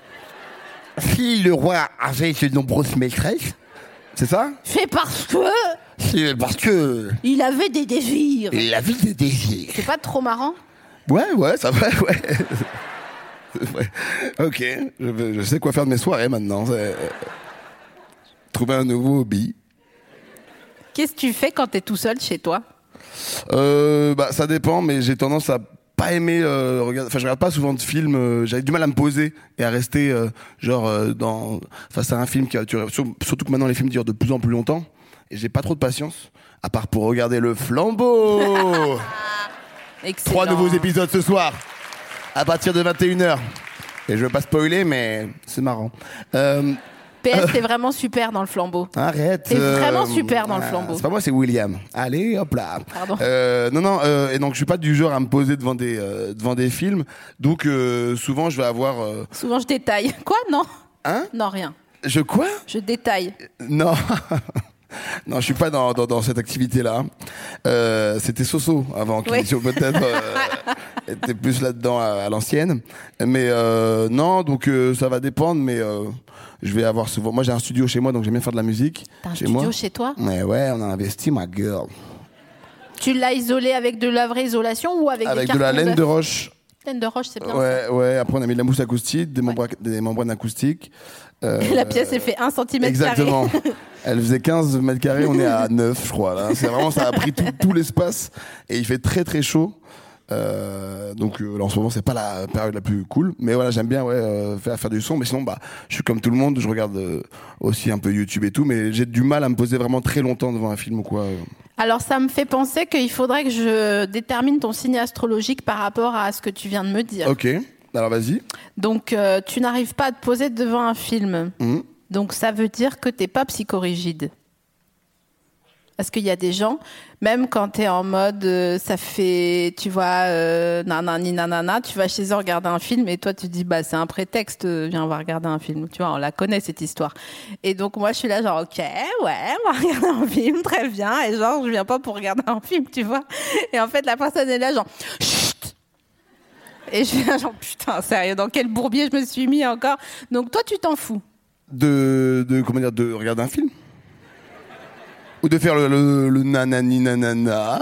[SPEAKER 3] Si le roi avait de nombreuses maîtresses, c'est ça
[SPEAKER 2] c'est parce que
[SPEAKER 3] C'est parce que
[SPEAKER 2] il avait des désirs.
[SPEAKER 3] la vie des désirs.
[SPEAKER 2] C'est pas trop marrant
[SPEAKER 3] Ouais, ouais, ça va, ouais. C'est vrai. ok, je, vais- je sais quoi faire de mes soirées maintenant. c'est- euh, Trouver un nouveau hobby.
[SPEAKER 2] Qu'est-ce que tu fais quand t'es tout seul chez toi
[SPEAKER 3] Euh, bah, ça dépend, mais j'ai tendance à pas aimer. euh, regarder- Enfin, je regarde pas souvent de films. euh, J'avais du mal à me poser et à rester euh, genre euh, dans face à un film qui a duré- sur- surtout que maintenant les films durent de plus en plus longtemps et j'ai pas trop de patience. À part pour regarder le flambeau. Trois
[SPEAKER 2] Excellent.
[SPEAKER 3] nouveaux épisodes ce soir à partir de 21h. Et je veux pas spoiler, mais c'est marrant. Euh,
[SPEAKER 2] PS, t'es vraiment super dans le flambeau.
[SPEAKER 3] Arrête.
[SPEAKER 2] T'es vraiment super dans le
[SPEAKER 3] ah,
[SPEAKER 2] flambeau.
[SPEAKER 3] C'est pas moi, c'est William. Allez, hop là.
[SPEAKER 2] Pardon.
[SPEAKER 3] Euh, non, non. euh, et donc, je suis pas du genre à me poser devant des euh, devant des films. Donc, euh, souvent, je vais avoir. euh,
[SPEAKER 2] Souvent, je détaille. Quoi Non
[SPEAKER 3] Hein
[SPEAKER 2] Non, rien.
[SPEAKER 3] Je quoi
[SPEAKER 2] Je détaille.
[SPEAKER 3] Non. Non, je suis pas dans, dans, dans cette activité-là. Euh, c'était Soso avant, qui
[SPEAKER 2] Oui.
[SPEAKER 3] sur- peut-être euh, était plus là-dedans à, à l'ancienne. Mais euh, non, donc euh, ça va dépendre. Mais euh, je vais avoir souvent. Moi, j'ai un studio chez moi, donc j'aime bien faire de la musique.
[SPEAKER 2] T'as un
[SPEAKER 3] chez
[SPEAKER 2] studio
[SPEAKER 3] moi.
[SPEAKER 2] chez toi
[SPEAKER 3] Mais ouais, on a investi, ma girl.
[SPEAKER 2] Tu l'as isolé avec de la vraie isolation ou avec,
[SPEAKER 3] Avec
[SPEAKER 2] des
[SPEAKER 3] de la
[SPEAKER 2] cartons
[SPEAKER 3] laine de roche.
[SPEAKER 2] Laine de roche, c'est bien.
[SPEAKER 3] Ouais, ouais. Après, on a mis de la mousse acoustique, des, membra- des membranes acoustiques. Euh,
[SPEAKER 2] La pièce, elle fait un centimètre
[SPEAKER 3] exactement.
[SPEAKER 2] carré.
[SPEAKER 3] Elle faisait 15 mètres carrés, on est à 9, je crois. Là. C'est vraiment, ça a pris tout, tout l'espace et il fait très très chaud. Euh, donc euh, là, en ce moment, c'est pas la période la plus cool, mais voilà, j'aime bien ouais, euh, faire, faire du son. Mais sinon, bah, je suis comme tout le monde, je regarde euh, aussi un peu YouTube et tout, mais j'ai du mal à me poser vraiment très longtemps devant un film ou quoi.
[SPEAKER 2] Alors, ça me fait penser qu'il faudrait que je détermine ton signe astrologique par rapport à ce que tu viens de me dire.
[SPEAKER 3] Ok, alors vas-y.
[SPEAKER 2] Donc, euh, tu n'arrives pas à te poser devant un film. Donc ça veut dire que t'es pas psychorigide. Parce qu'il y a des gens, même quand t'es en mode, euh, ça fait, tu vois, euh, nanani nanana, tu vas chez eux regarder un film et toi tu dis, bah c'est un prétexte, euh, viens on va regarder un film. Tu vois, on la connaît cette histoire. Et donc moi je suis là genre, ok, ouais, on va regarder un film, très bien. Et genre, je viens pas pour regarder un film, tu vois. Et en fait la personne est là genre, chut, et je suis là, genre, putain, sérieux, dans quel bourbier je me suis mis encore Donc toi, tu t'en fous.
[SPEAKER 3] De, de, comment dire, de regarder un film Ou de faire le, le, le nanani nanana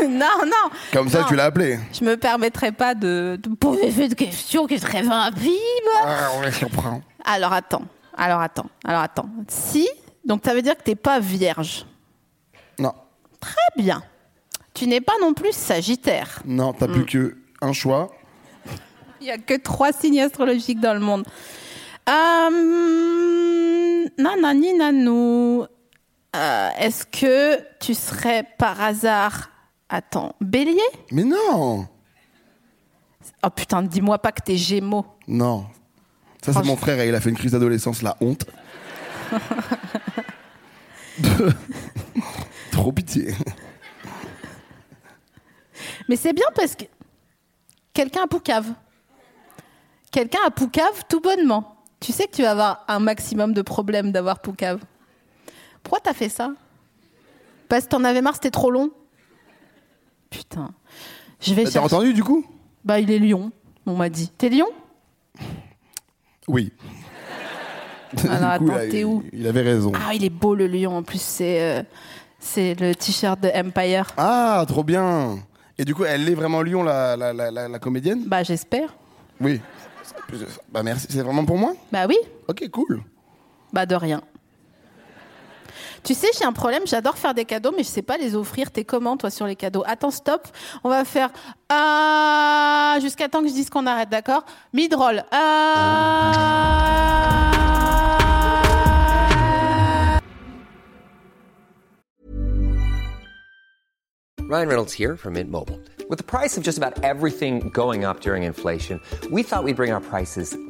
[SPEAKER 2] non, non.
[SPEAKER 3] Comme ça,
[SPEAKER 2] Non.
[SPEAKER 3] tu l'as appelé.
[SPEAKER 2] Je me permettrai pas de, de poser cette question qui est très rapide.
[SPEAKER 3] Ah, ouais, je comprends.
[SPEAKER 2] Alors attends, alors attends, alors attends. Si, donc ça veut dire que t'es pas vierge.
[SPEAKER 3] Non,
[SPEAKER 2] Très bien. Tu n'es pas non plus sagittaire.
[SPEAKER 3] non, t'as
[SPEAKER 2] Mm.
[SPEAKER 3] plus que un choix.
[SPEAKER 2] Il y a que trois signes astrologiques dans le monde. Euh, nanani nanou. Euh, Est-ce que tu serais par hasard, attends, bélier
[SPEAKER 3] Mais non
[SPEAKER 2] Oh putain, dis-moi pas que t'es gémeaux.
[SPEAKER 3] Non. Ça, c'est
[SPEAKER 2] Franchement.
[SPEAKER 3] mon frère et il a fait une crise d'adolescence, la honte. Trop pitié.
[SPEAKER 2] Mais c'est bien parce que quelqu'un à Poucave. Quelqu'un à Poucave tout bonnement. Tu sais que tu vas avoir un maximum de problèmes d'avoir Poucave. Pourquoi t'as fait ça Parce que t'en avais marre, c'était trop long Putain. Je vais
[SPEAKER 3] T'as
[SPEAKER 2] chercher-
[SPEAKER 3] entendu du coup
[SPEAKER 2] Bah, il est Lyon, on m'a dit. T'es Lyon
[SPEAKER 3] Oui.
[SPEAKER 2] Alors,
[SPEAKER 3] Du coup,
[SPEAKER 2] attends,
[SPEAKER 3] là,
[SPEAKER 2] t'es
[SPEAKER 3] il-
[SPEAKER 2] où
[SPEAKER 3] Il avait raison.
[SPEAKER 2] Ah, il est beau le Lyon, en plus, c'est euh, c'est le t-shirt de Empire.
[SPEAKER 3] Ah, trop bien. Et du coup, elle est vraiment Lyon, la, la, la, la- la comédienne
[SPEAKER 2] Bah, j'espère.
[SPEAKER 3] Oui. Bah merci, c'est vraiment pour moi
[SPEAKER 2] Bah oui,
[SPEAKER 3] Ok, cool.
[SPEAKER 2] bah de rien. Tu sais, j'ai un problème, j'adore faire des cadeaux, mais je sais pas les offrir. T'es comment, toi, sur les cadeaux Attends, stop, on va faire ah jusqu'à temps que je dise qu'on arrête, d'accord Midroll. Ah
[SPEAKER 1] Ryan Reynolds here from Mint Mobile. With the price of just about everything going up during inflation, we thought we'd bring our prices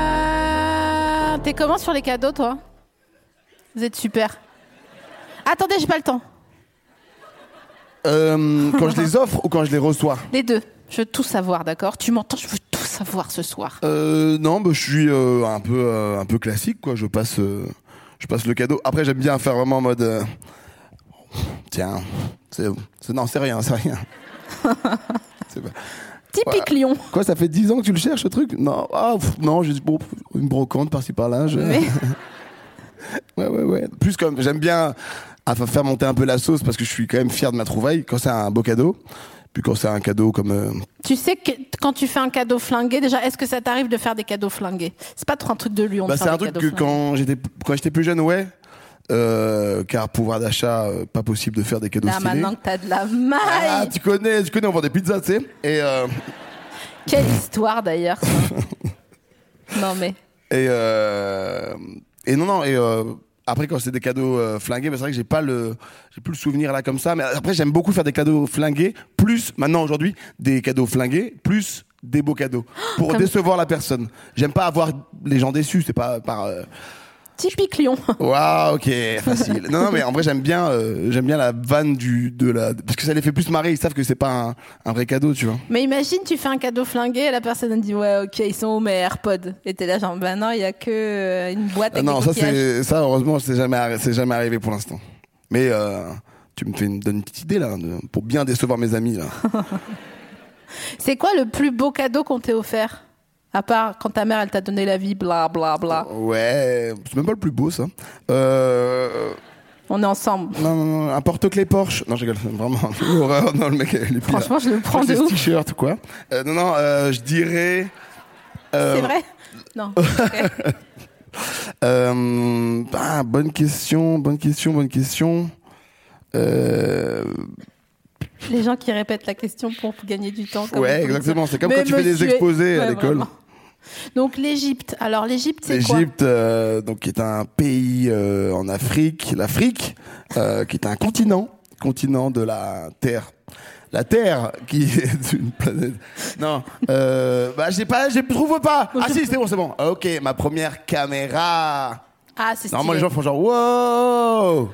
[SPEAKER 2] Ah, T'es comment sur les cadeaux, toi Vous êtes super. Attendez, j'ai pas le temps.
[SPEAKER 3] Euh, quand je les offre ou quand je les reçois
[SPEAKER 2] Les deux. Je veux tout savoir, d'accord Tu m'entends Je veux tout savoir ce soir.
[SPEAKER 3] Euh, non, bah, je suis euh, un peu euh, un peu classique quoi. Je passe euh, je passe le cadeau. Après j'aime bien faire vraiment en mode euh, tiens c'est c'est- non c'est rien c'est rien. C'est pas-
[SPEAKER 2] Typique Lyon.
[SPEAKER 3] Quoi ça fait 10 ans que tu le cherches ce truc Non ah pff, non j'ai dit, bon, pff, une brocante par-ci par-là. je-
[SPEAKER 2] Mais-
[SPEAKER 3] Ouais ouais ouais. Plus comme j'aime bien à fa- faire monter un peu la sauce parce que je suis quand même fier de ma trouvaille quand c'est un beau cadeau. Puis quand c'est un cadeau comme euh,
[SPEAKER 2] Tu sais que quand tu fais un cadeau flingué, déjà, est-ce que ça t'arrive de faire des cadeaux flingués C'est pas trop un truc de Lyon. de
[SPEAKER 3] Bah,
[SPEAKER 2] faire
[SPEAKER 3] c'est un
[SPEAKER 2] des
[SPEAKER 3] truc que
[SPEAKER 2] cadeaux flingués.
[SPEAKER 3] quand j'étais quand j'étais plus jeune, ouais. Euh, car pouvoir d'achat, euh, pas possible de faire des cadeaux
[SPEAKER 2] Là,
[SPEAKER 3] stylés.
[SPEAKER 2] maintenant que t'as de la maille.
[SPEAKER 3] Ah, tu connais, tu connais, on vend des pizzas, tu sais. Et euh,
[SPEAKER 2] Quelle histoire d'ailleurs. ça. non mais.
[SPEAKER 3] et euh, et non non et euh, après quand c'est des cadeaux euh, flingués, bah, c'est vrai que j'ai pas le j'ai plus le souvenir là comme ça. Mais après j'aime beaucoup faire des cadeaux flingués, plus maintenant aujourd'hui des cadeaux flingués, plus des beaux cadeaux pour décevoir la personne. J'aime pas avoir les gens déçus, c'est pas par euh,
[SPEAKER 2] Typique Lyon.
[SPEAKER 3] Waouh, ok, facile. non, non, mais en vrai, j'aime bien, euh, j'aime bien la vanne du, de la, parce que ça les fait plus marrer. Ils savent que c'est pas un, un vrai cadeau, tu vois.
[SPEAKER 2] Mais imagine, tu fais un cadeau flingué et la personne elle dit Ouais, ok, ils sont où mes AirPods Et t'es là, genre, bah non, il y a que euh, une boîte
[SPEAKER 3] Ah
[SPEAKER 2] avec
[SPEAKER 3] non, ça
[SPEAKER 2] des coquillages.
[SPEAKER 3] c'est, ça heureusement, c'est jamais, arri- c'est jamais arrivé pour l'instant. Mais euh, tu me fais une, donnes une petite idée là, de- pour bien décevoir mes amis là.
[SPEAKER 2] C'est quoi le plus beau cadeau qu'on t'ait offert À part quand ta mère, elle t'a donné la vie, bla bla bla.
[SPEAKER 3] Oh. Ouais, c'est même pas le plus beau ça. Euh,
[SPEAKER 2] On est ensemble.
[SPEAKER 3] non, non, non, un porte-clés Porsche. Non, je rigole, vraiment. L'horreur, non, le mec, il est pire.
[SPEAKER 2] Franchement, je le
[SPEAKER 3] crois
[SPEAKER 2] prends
[SPEAKER 3] que
[SPEAKER 2] de
[SPEAKER 3] c'est ce
[SPEAKER 2] ouf.
[SPEAKER 3] t-shirt ou quoi. Euh, non, non, euh, je dirais. euh,
[SPEAKER 2] C'est vrai Non. ok.
[SPEAKER 3] Euh, ah, bonne question, bonne question, bonne question. Euh,
[SPEAKER 2] Les gens qui répètent la question pour gagner du temps. comme
[SPEAKER 3] ouais,
[SPEAKER 2] on dit.
[SPEAKER 3] exactement. C'est comme
[SPEAKER 2] Mais
[SPEAKER 3] quand tu fais des
[SPEAKER 2] monsieur-
[SPEAKER 3] exposés à
[SPEAKER 2] Ouais,
[SPEAKER 3] l'école.
[SPEAKER 2] vraiment. Donc l'Égypte. Alors l'Égypte, c'est quoi
[SPEAKER 3] L'Égypte, euh, donc qui est un pays euh, en Afrique, l'Afrique, euh, qui est un continent, continent de la Terre. La Terre qui est une planète. Non, euh, bah j'ai pas, je trouve pas. Ah si, c'est bon, c'est bon. Ah, Ok, ma première caméra.
[SPEAKER 2] Ah, c'est
[SPEAKER 3] Normalement,
[SPEAKER 2] stylé.
[SPEAKER 3] les gens font genre wow.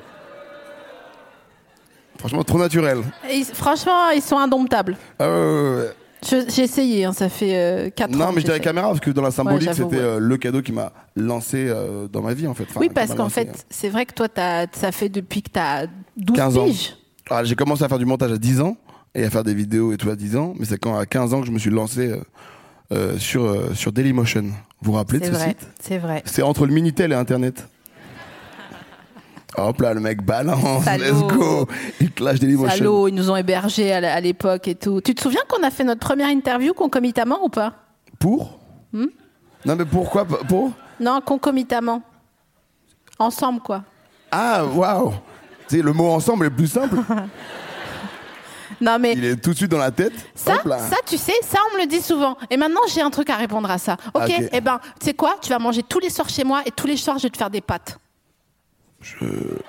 [SPEAKER 3] Franchement, trop naturel.
[SPEAKER 2] Ils- franchement, ils sont indomptables.
[SPEAKER 3] Euh,
[SPEAKER 2] Je- J'ai essayé, hein, ça fait 4 ans.
[SPEAKER 3] non,
[SPEAKER 2] que
[SPEAKER 3] mais je dirais
[SPEAKER 2] j'essaie.
[SPEAKER 3] caméra parce que dans la symbolique,
[SPEAKER 2] j'avoue,
[SPEAKER 3] c'était
[SPEAKER 2] ouais.
[SPEAKER 3] euh, le cadeau qui m'a lancé euh, dans ma vie en fait. Enfin,
[SPEAKER 2] Oui,
[SPEAKER 3] qui
[SPEAKER 2] parce
[SPEAKER 3] m'a
[SPEAKER 2] qu'en
[SPEAKER 3] lancé,
[SPEAKER 2] fait,
[SPEAKER 3] euh,
[SPEAKER 2] c'est vrai que toi, t'as- ça fait depuis que t'as 12
[SPEAKER 3] 15 ans.
[SPEAKER 2] piges.
[SPEAKER 3] Alors, j'ai commencé à faire du montage à 10 ans et à faire des vidéos et tout à 10 ans, mais c'est quand à 15 ans que je me suis lancé euh, euh, sur, euh, sur Dailymotion. Vous vous rappelez de
[SPEAKER 2] C'est
[SPEAKER 3] ce
[SPEAKER 2] vrai,
[SPEAKER 3] site
[SPEAKER 2] c'est vrai.
[SPEAKER 3] C'est entre le Minitel et Internet. Hop là, le mec balance,
[SPEAKER 2] Salaud.
[SPEAKER 3] let's go Il te lâche Dailymotion.
[SPEAKER 2] Allô, ils nous ont hébergés à la- à l'époque et tout. Tu te souviens qu'on a fait notre première interview concomitamment ou pas
[SPEAKER 3] Pour
[SPEAKER 2] Hmm
[SPEAKER 3] Non mais pourquoi pas- Pour
[SPEAKER 2] Non, concomitamment. Ensemble, quoi.
[SPEAKER 3] Ah, waouh Tu sais, le mot ensemble est plus simple.
[SPEAKER 2] Non, mais
[SPEAKER 3] Il est tout de suite dans la tête.
[SPEAKER 2] ça,
[SPEAKER 3] Hop là.
[SPEAKER 2] ça, tu sais, ça, on me le dit souvent. Et maintenant, j'ai un truc à répondre à ça. Ok,
[SPEAKER 3] Ok.
[SPEAKER 2] eh ben, tu sais quoi Tu vas manger tous les soirs chez moi et tous les soirs, je vais te faire des pâtes.
[SPEAKER 3] Euh,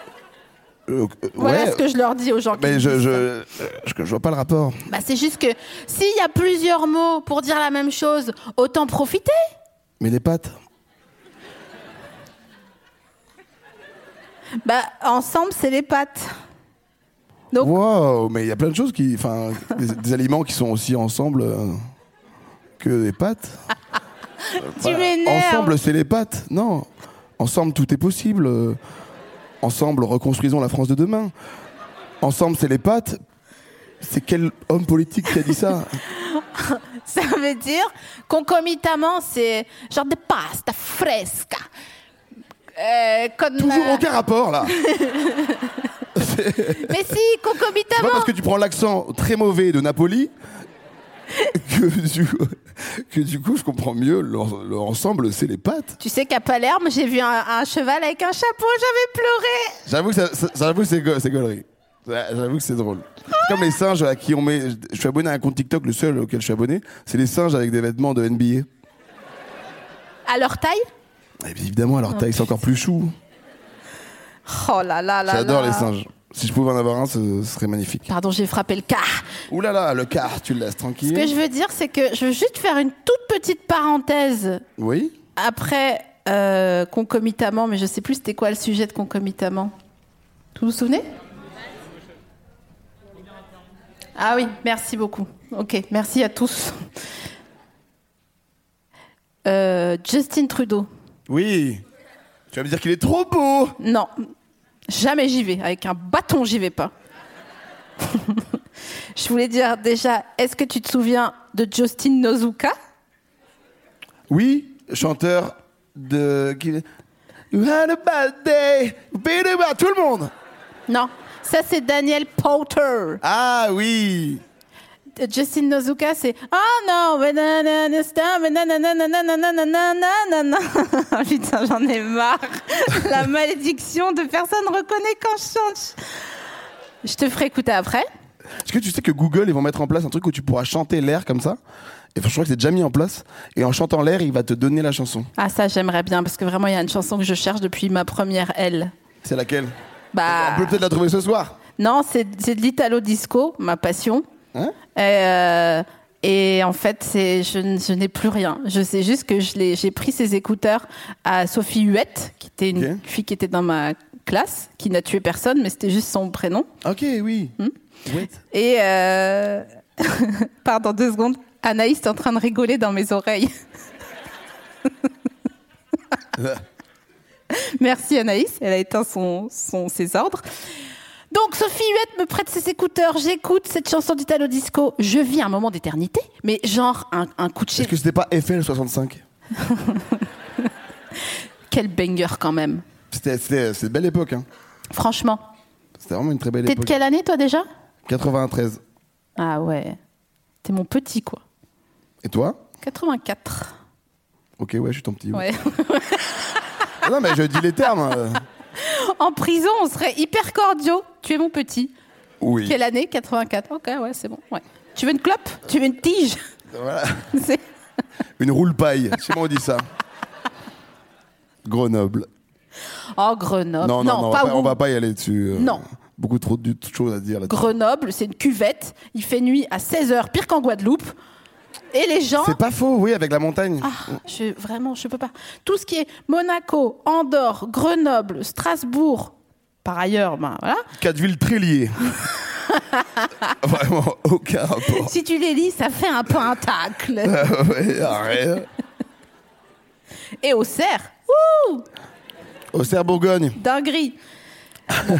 [SPEAKER 3] euh,
[SPEAKER 2] Voilà
[SPEAKER 3] ouais,
[SPEAKER 2] ce que je leur dis aux gens. qui me
[SPEAKER 3] Mais je,
[SPEAKER 2] disent
[SPEAKER 3] je,
[SPEAKER 2] ça.
[SPEAKER 3] euh, je, je vois pas le rapport.
[SPEAKER 2] Bah, c'est juste que s'il y a plusieurs mots pour dire la même chose, autant profiter.
[SPEAKER 3] Mais les pattes
[SPEAKER 2] Bah, ensemble, c'est les pâtes. Donc-
[SPEAKER 3] Wow, mais il y a plein de choses qui. Enfin, des, des aliments qui sont aussi ensemble euh, que les pâtes.
[SPEAKER 2] Tu
[SPEAKER 3] Voilà.
[SPEAKER 2] m'énerves.
[SPEAKER 3] Ensemble, c'est les pâtes. Non. Ensemble, tout est possible. Euh, Ensemble, reconstruisons la France de demain. Ensemble, c'est les pâtes. C'est quel homme politique qui a dit ça
[SPEAKER 2] Bah. Ça veut dire concomitamment, c'est genre des pasta fresca. Euh, con-
[SPEAKER 3] Toujours
[SPEAKER 2] euh,
[SPEAKER 3] aucun rapport, là.
[SPEAKER 2] Mais si,
[SPEAKER 3] C'est pas
[SPEAKER 2] concomitamment.
[SPEAKER 3] parce que tu prends l'accent très mauvais de Napoli que du, que du coup, je comprends mieux. l'en- L'ensemble, c'est les pâtes.
[SPEAKER 2] Tu sais qu'à Palerme, j'ai vu un, un cheval avec un chapeau, j'avais pleuré.
[SPEAKER 3] J'avoue que, ça- ça- j'avoue que c'est, go- c'est gaulerie. Ouais, J'avoue que c'est drôle. C'est comme les singes à qui on met. Je suis abonné à un compte TikTok, le seul auquel je suis abonné. C'est les singes avec des vêtements de NBA.
[SPEAKER 2] À leur taille
[SPEAKER 3] Et puis évidemment, à leur taille, c'est encore plus chou.
[SPEAKER 2] Oh là là là.
[SPEAKER 3] J'adore
[SPEAKER 2] là.
[SPEAKER 3] les singes. Si je pouvais en avoir un, ce, ce serait magnifique.
[SPEAKER 2] Pardon, j'ai frappé le car.
[SPEAKER 3] Ouh là là, le car, tu le laisses tranquille.
[SPEAKER 2] Ce que je veux dire, c'est que je veux juste faire une toute petite parenthèse
[SPEAKER 3] Oui
[SPEAKER 2] après euh, concomitamment, mais je sais plus c'était quoi le sujet de concomitamment. Vous vous souvenez Ah oui, merci beaucoup. Ok, merci à tous. Euh, Justin Trudeau.
[SPEAKER 3] Oui. Tu vas me dire qu'il est trop beau
[SPEAKER 2] Non, jamais j'y vais. Avec un bâton, j'y vais pas. je voulais dire déjà, est-ce que tu te souviens de Justin Nozuka
[SPEAKER 3] Oui, chanteur de. qui- You had a bad day, beat it up, tout le monde
[SPEAKER 2] Non, ça c'est Daniel Porter.
[SPEAKER 3] Ah oui
[SPEAKER 2] Justin Nozuka, c'est Oh non, mais nanana, star, mais nanana, nanana, nanana, nanana. Putain, j'en ai marre. La malédiction de personne reconnaît quand je chante. Je te ferai écouter après.
[SPEAKER 3] Est-ce que tu sais que Google, ils vont mettre en place un truc où tu pourras chanter l'air comme ça Et je crois que c'est déjà mis en place. Et en chantant l'air, il va te donner la chanson.
[SPEAKER 2] Ah, ça, j'aimerais bien, parce que vraiment, il y a une chanson que je cherche depuis ma première L.
[SPEAKER 3] C'est laquelle
[SPEAKER 2] Bah,
[SPEAKER 3] On peut peut-être la trouver ce soir.
[SPEAKER 2] non, c'est c'est de l'italo disco, ma passion.
[SPEAKER 3] Hein
[SPEAKER 2] Et, euh, et en fait, c'est, je, n- je n'ai plus rien. Je sais juste que je l'ai- j'ai pris ces écouteurs à Sophie Huette, qui était une
[SPEAKER 3] Ok.
[SPEAKER 2] fille qui était dans ma classe, qui n'a tué personne, mais c'était juste son prénom.
[SPEAKER 3] Ok, oui. Wait.
[SPEAKER 2] Et euh, pardon, deux secondes. Anaïs est en train de rigoler dans mes oreilles. Merci Anaïs, elle a éteint son, son- ses ordres. Donc Sophie Huette me prête ses écouteurs, j'écoute cette chanson d'Italo Disco. Je vis un moment d'éternité, mais genre un, un coup de
[SPEAKER 3] Est-ce
[SPEAKER 2] chef.
[SPEAKER 3] que c'était pas FL65
[SPEAKER 2] Quel banger quand même.
[SPEAKER 3] C'était c'était- c'est une belle époque. Hein.
[SPEAKER 2] Franchement.
[SPEAKER 3] C'était vraiment une très belle
[SPEAKER 2] T'es de
[SPEAKER 3] époque.
[SPEAKER 2] quelle année toi déjà
[SPEAKER 3] 93.
[SPEAKER 2] Ah ouais. T'es mon petit quoi.
[SPEAKER 3] Et toi
[SPEAKER 2] 84.
[SPEAKER 3] Ok, ouais, je suis ton petit.
[SPEAKER 2] Ouais.
[SPEAKER 3] Non, mais je dis les termes. euh.
[SPEAKER 2] En prison, on serait hyper cordiaux. Tu es mon petit.
[SPEAKER 3] Oui.
[SPEAKER 2] Quelle année 84. Ok, ouais, c'est bon. Ouais. Tu veux une clope Tu veux une tige
[SPEAKER 3] Voilà.
[SPEAKER 2] C'est-
[SPEAKER 3] Une roule paille. Je sais pas, on dit ça. Grenoble.
[SPEAKER 2] Oh, Grenoble.
[SPEAKER 3] Non, non, non, on, va
[SPEAKER 2] pas
[SPEAKER 3] pas,
[SPEAKER 2] où.
[SPEAKER 3] on va pas y aller dessus. euh,
[SPEAKER 2] Non.
[SPEAKER 3] Beaucoup trop de de choses à dire là-dessus.
[SPEAKER 2] Grenoble, c'est une cuvette. Il fait nuit à 16h, pire qu'en Guadeloupe. Et les gens.
[SPEAKER 3] C'est pas faux, oui, avec la montagne.
[SPEAKER 2] Ah, je, vraiment, je peux pas. Tout ce qui est Monaco, Andorre, Grenoble, Strasbourg, par ailleurs, ben voilà.
[SPEAKER 3] Quatre villes très liées. Vraiment, aucun rapport.
[SPEAKER 2] Si tu les lis, ça fait un pentacle.
[SPEAKER 3] Ouais, arrête.
[SPEAKER 2] Et au cerf, ouh,
[SPEAKER 3] Auxerre, Bourgogne.
[SPEAKER 2] dinguerie. Bon.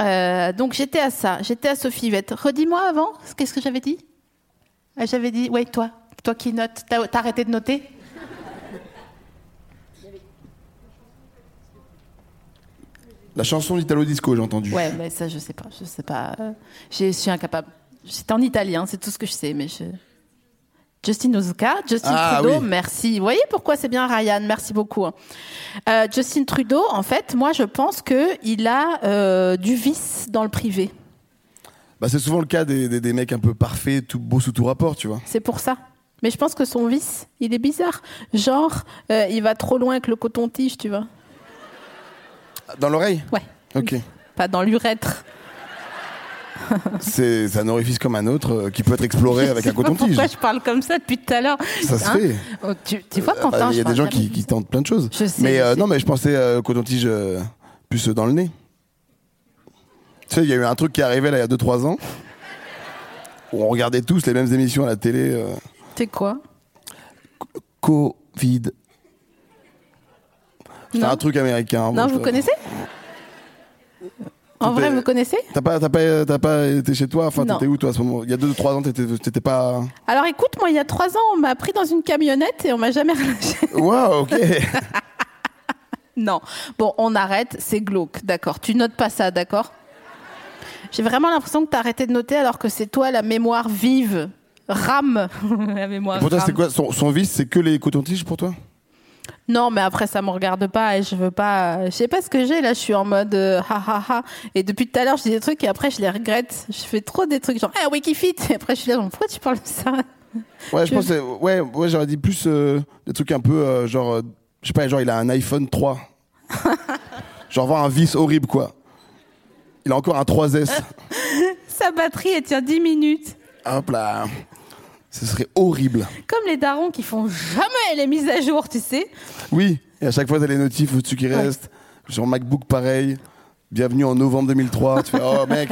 [SPEAKER 2] Euh, donc j'étais à ça, j'étais à Sophie Vette. Redis-moi avant, qu'est-ce que j'avais dit Ah, J'avais dit, ouais, toi, toi qui notes, t'as t'as arrêté de noter
[SPEAKER 3] La chanson d'Italo Disco, j'ai entendu.
[SPEAKER 2] Ouais, mais ça, je sais pas, je sais pas. euh, Je suis incapable. C'était en italien, c'est tout ce que je sais, mais je. Justin Ozuka, Justin
[SPEAKER 3] Ah,
[SPEAKER 2] Trudeau,
[SPEAKER 3] oui.
[SPEAKER 2] merci. Vous voyez pourquoi c'est bien Ryan, merci beaucoup. hein. Euh, Justin Trudeau, en fait, moi je pense que il a euh, du vice dans le privé.
[SPEAKER 3] Bah, c'est souvent le cas des, des- des mecs un peu parfaits, tout beau sous tout rapport, tu vois.
[SPEAKER 2] C'est pour ça. Mais je pense que son vice, il est bizarre. Genre, euh, il va trop loin avec le coton-tige, tu vois.
[SPEAKER 3] Dans l'oreille
[SPEAKER 2] Ouais.
[SPEAKER 3] Ok.
[SPEAKER 2] Pas dans l'urètre.
[SPEAKER 3] C'est c'est un orifice comme un autre euh, qui peut être exploré avec
[SPEAKER 2] Je
[SPEAKER 3] un
[SPEAKER 2] sais pas
[SPEAKER 3] coton-tige.
[SPEAKER 2] Pourquoi je parle comme ça depuis tout à l'heure
[SPEAKER 3] Ça se fait.
[SPEAKER 2] oh, tu, tu vois,
[SPEAKER 3] Euh,
[SPEAKER 2] Quentin,
[SPEAKER 3] bah, Il y
[SPEAKER 2] je
[SPEAKER 3] a des
[SPEAKER 2] parle
[SPEAKER 3] gens
[SPEAKER 2] jamais
[SPEAKER 3] qui, qui tentent plein de choses.
[SPEAKER 2] Je sais,
[SPEAKER 3] Mais
[SPEAKER 2] je
[SPEAKER 3] euh,
[SPEAKER 2] sais.
[SPEAKER 3] non, mais je pensais euh, coton-tige euh, plus dans le nez. Tu sais, il y a eu un truc qui est arrivé là il y a 2-3 ans. Où on regardait tous les mêmes émissions à la télé. euh,
[SPEAKER 2] T'es quoi
[SPEAKER 3] Covid. C'était
[SPEAKER 2] Non.
[SPEAKER 3] un truc américain.
[SPEAKER 2] Non,
[SPEAKER 3] Bon, je-
[SPEAKER 2] vous connaissez En
[SPEAKER 3] Oh Tout
[SPEAKER 2] vrai,
[SPEAKER 3] est-
[SPEAKER 2] vous connaissez
[SPEAKER 3] T'as pas, t'as pas, t'as pas été chez toi Enfin,
[SPEAKER 2] Non.
[SPEAKER 3] t'étais où toi à ce moment Il y a 2-3 ans, t'étais t'étais pas.
[SPEAKER 2] Alors écoute, moi, il y a trois ans, on m'a pris dans une camionnette et on m'a jamais relâché.
[SPEAKER 3] Waouh, ok
[SPEAKER 2] Non. Bon, on arrête, c'est glauque, d'accord. Tu notes pas ça, d'accord J'ai vraiment l'impression que t'as arrêté de noter alors que c'est toi la mémoire vive. Rame la mémoire.
[SPEAKER 3] Pour toi,
[SPEAKER 2] rame.
[SPEAKER 3] c'est quoi son, son vice, c'est que les cotons-tiges pour toi
[SPEAKER 2] Non, mais après ça me regarde pas et je veux pas. euh, Je sais pas ce que j'ai là. Je suis en mode euh, ha ha ha. Et depuis tout à l'heure, je dis des trucs et après je les regrette. Je fais trop des trucs genre eh Wikifit. Et après je suis là genre pourquoi tu parles de ça
[SPEAKER 3] Ouais, je
[SPEAKER 2] Tu-
[SPEAKER 3] pense. que- Ouais, ouais j'aurais dit plus euh, des trucs un peu euh, genre. euh, je sais pas, genre il a un iPhone 3. genre voir un vice horrible quoi. Il a encore un 3S.
[SPEAKER 2] Sa batterie elle tient 10 minutes.
[SPEAKER 3] Hop là. Ce serait horrible.
[SPEAKER 2] Comme les darons qui font jamais les mises à jour, tu sais.
[SPEAKER 3] Oui, et à chaque fois, t'as les notifs au-dessus qui restent. Sur MacBook, pareil. Bienvenue en novembre 2003. tu fais, oh mec,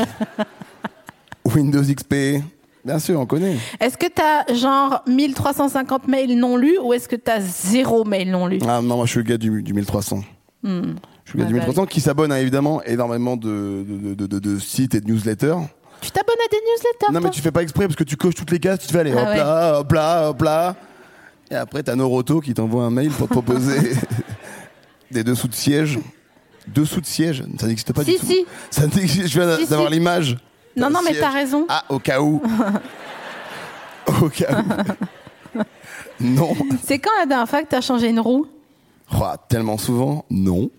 [SPEAKER 3] Windows XP. Bien sûr, on connaît.
[SPEAKER 2] Est-ce que t'as genre 1350 mails non lus ou est-ce que t'as zéro mail non lu
[SPEAKER 3] Ah non, moi, je suis le gars du, du 1300. Je suis le gars
[SPEAKER 2] Ah
[SPEAKER 3] du
[SPEAKER 2] bah
[SPEAKER 3] 1300 qui s'abonne à évidemment énormément de, de, de- de- de sites et de newsletters.
[SPEAKER 2] Tu t'abonnes à des newsletters
[SPEAKER 3] Non, mais
[SPEAKER 2] toi
[SPEAKER 3] tu fais pas exprès parce que tu coches toutes les cases, tu te fais aller
[SPEAKER 2] Ah
[SPEAKER 3] hop
[SPEAKER 2] ouais.
[SPEAKER 3] là, hop là, hop là. Et après, t'as Noroto qui t'envoie un mail pour te proposer des dessous de siège. Dessous de siège, ça n'existe pas
[SPEAKER 2] Si,
[SPEAKER 3] du tout.
[SPEAKER 2] si.
[SPEAKER 3] Ça n'existe- je viens
[SPEAKER 2] Si,
[SPEAKER 3] d'avoir
[SPEAKER 2] si.
[SPEAKER 3] l'image.
[SPEAKER 2] Non,
[SPEAKER 3] T'as
[SPEAKER 2] non,
[SPEAKER 3] un
[SPEAKER 2] mais
[SPEAKER 3] siège.
[SPEAKER 2] t'as raison.
[SPEAKER 3] Ah, au cas où. au cas où. non.
[SPEAKER 2] C'est quand la dernière fois que t'as changé une roue
[SPEAKER 3] Oh, tellement souvent, non.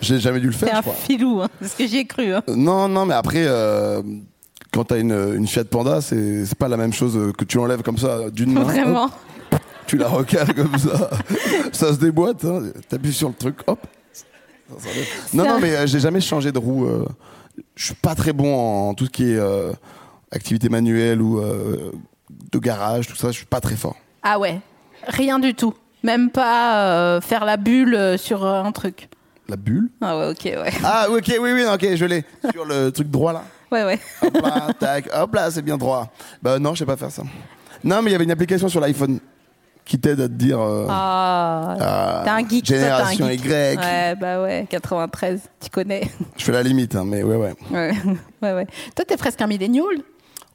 [SPEAKER 3] J'ai jamais dû le
[SPEAKER 2] T'es
[SPEAKER 3] faire, je
[SPEAKER 2] un
[SPEAKER 3] crois.
[SPEAKER 2] filou, hein, c'est ce que j'y ai cru. hein.
[SPEAKER 3] Non, non, mais après, euh, quand t'as une, une Fiat Panda, c'est c'est pas la même chose euh, que tu l'enlèves comme ça d'une main.
[SPEAKER 2] Vraiment.
[SPEAKER 3] hop, tu la recales comme ça. ça se déboîte. Hein. T'appuies sur le truc, hop. Ça s'enlève. Non,
[SPEAKER 2] Ça-
[SPEAKER 3] non, mais euh, j'ai jamais changé de roue. euh. Je suis pas très bon en tout ce qui est euh, activité manuelle ou euh, de garage, tout ça. Je suis pas très fort.
[SPEAKER 2] Ah ouais, rien du tout. Même pas euh, faire la bulle euh, sur euh, un truc.
[SPEAKER 3] La bulle
[SPEAKER 2] Ah ouais, ok, ouais.
[SPEAKER 3] Ah, ok, oui, oui, non, ok, je l'ai. Sur le truc droit, là.
[SPEAKER 2] Ouais, ouais.
[SPEAKER 3] Hop là, tac, hop là, c'est bien droit. Bah non, je sais pas faire ça. Non, mais il y avait une application sur l'iPhone qui t'aide à te dire. euh,
[SPEAKER 2] Ah,
[SPEAKER 3] Ah,
[SPEAKER 2] t'es un geek, toi, t'es un
[SPEAKER 3] Génération
[SPEAKER 2] geek.
[SPEAKER 3] Y.
[SPEAKER 2] Ouais, bah ouais, 93, tu connais.
[SPEAKER 3] Je fais la limite, hein, mais ouais, ouais.
[SPEAKER 2] Ouais, ouais, ouais. Toi, t'es presque un millénial.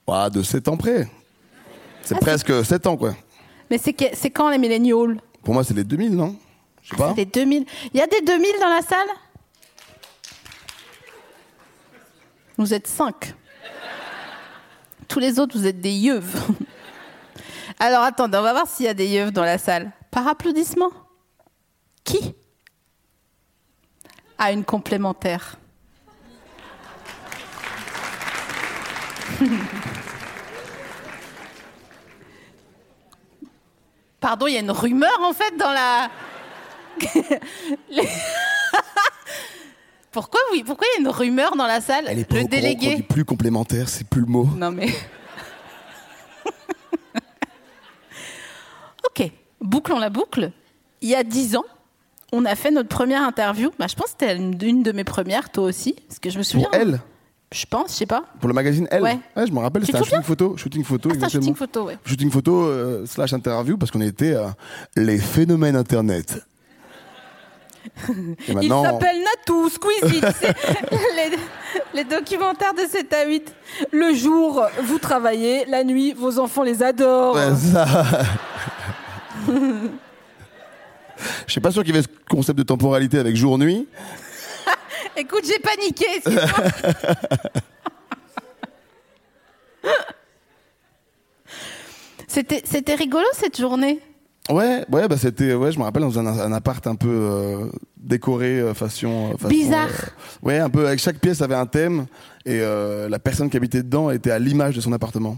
[SPEAKER 3] Ouah, de 7 ans près.
[SPEAKER 2] Ah,
[SPEAKER 3] C'est presque 7 ans, quoi.
[SPEAKER 2] Mais c'est que- c'est quand les millénials
[SPEAKER 3] Pour moi, c'est les 2000, non Je sais pas.
[SPEAKER 2] Des 2000. Il y a des 2000 dans la salle Vous êtes 5. Tous les autres, vous êtes des yeux. Alors attendez, on va voir s'il y a des yeux dans la salle. Par applaudissement Qui à une complémentaire. Pardon, il y a une rumeur en fait dans la. Les- pourquoi oui Pourquoi il y a une rumeur dans la salle
[SPEAKER 3] Elle est pas
[SPEAKER 2] Le
[SPEAKER 3] au courant qu'on dit
[SPEAKER 2] délégué.
[SPEAKER 3] plus complémentaire, c'est plus le mot.
[SPEAKER 2] Non mais. ok, bouclons la boucle. Il y a dix ans, on a fait notre première interview. Bah, je pense que c'était une une de mes premières, toi aussi, parce que je me souviens.
[SPEAKER 3] Pour elle,
[SPEAKER 2] Je pense, je sais pas.
[SPEAKER 3] pour le magazine Elle.
[SPEAKER 2] Ouais.
[SPEAKER 3] je me rappelle,
[SPEAKER 2] Tu
[SPEAKER 3] c'était
[SPEAKER 2] te
[SPEAKER 3] un shooting
[SPEAKER 2] souviens
[SPEAKER 3] photo, shooting photo,
[SPEAKER 2] Ah, c'est un
[SPEAKER 3] exactement.
[SPEAKER 2] shooting photo, ouais.
[SPEAKER 3] Shooting photo euh, slash interview parce qu'on était euh, les phénomènes internet. Et
[SPEAKER 2] Il
[SPEAKER 3] maintenant,
[SPEAKER 2] s'appelle Natou, Squeezie, tu sais, les, les documentaires de 7 à 8.
[SPEAKER 4] Le jour, vous travaillez. La nuit, vos enfants les adorent.
[SPEAKER 2] Oh.
[SPEAKER 3] Ouais, c'est ça. Je suis pas sûr qu'il y avait ce concept de temporalité avec jour-nuit.
[SPEAKER 2] Écoute, j'ai paniqué. excuse-moi. C'était c'était rigolo cette journée.
[SPEAKER 3] Ouais, ouais, bah c'était, ouais, je me rappelle dans un, un appart un peu euh, décoré euh, façon, euh, façon,
[SPEAKER 2] Bizarre.
[SPEAKER 3] euh, ouais, un peu. Avec chaque pièce avait un thème et euh, la personne qui habitait dedans était à l'image de son appartement.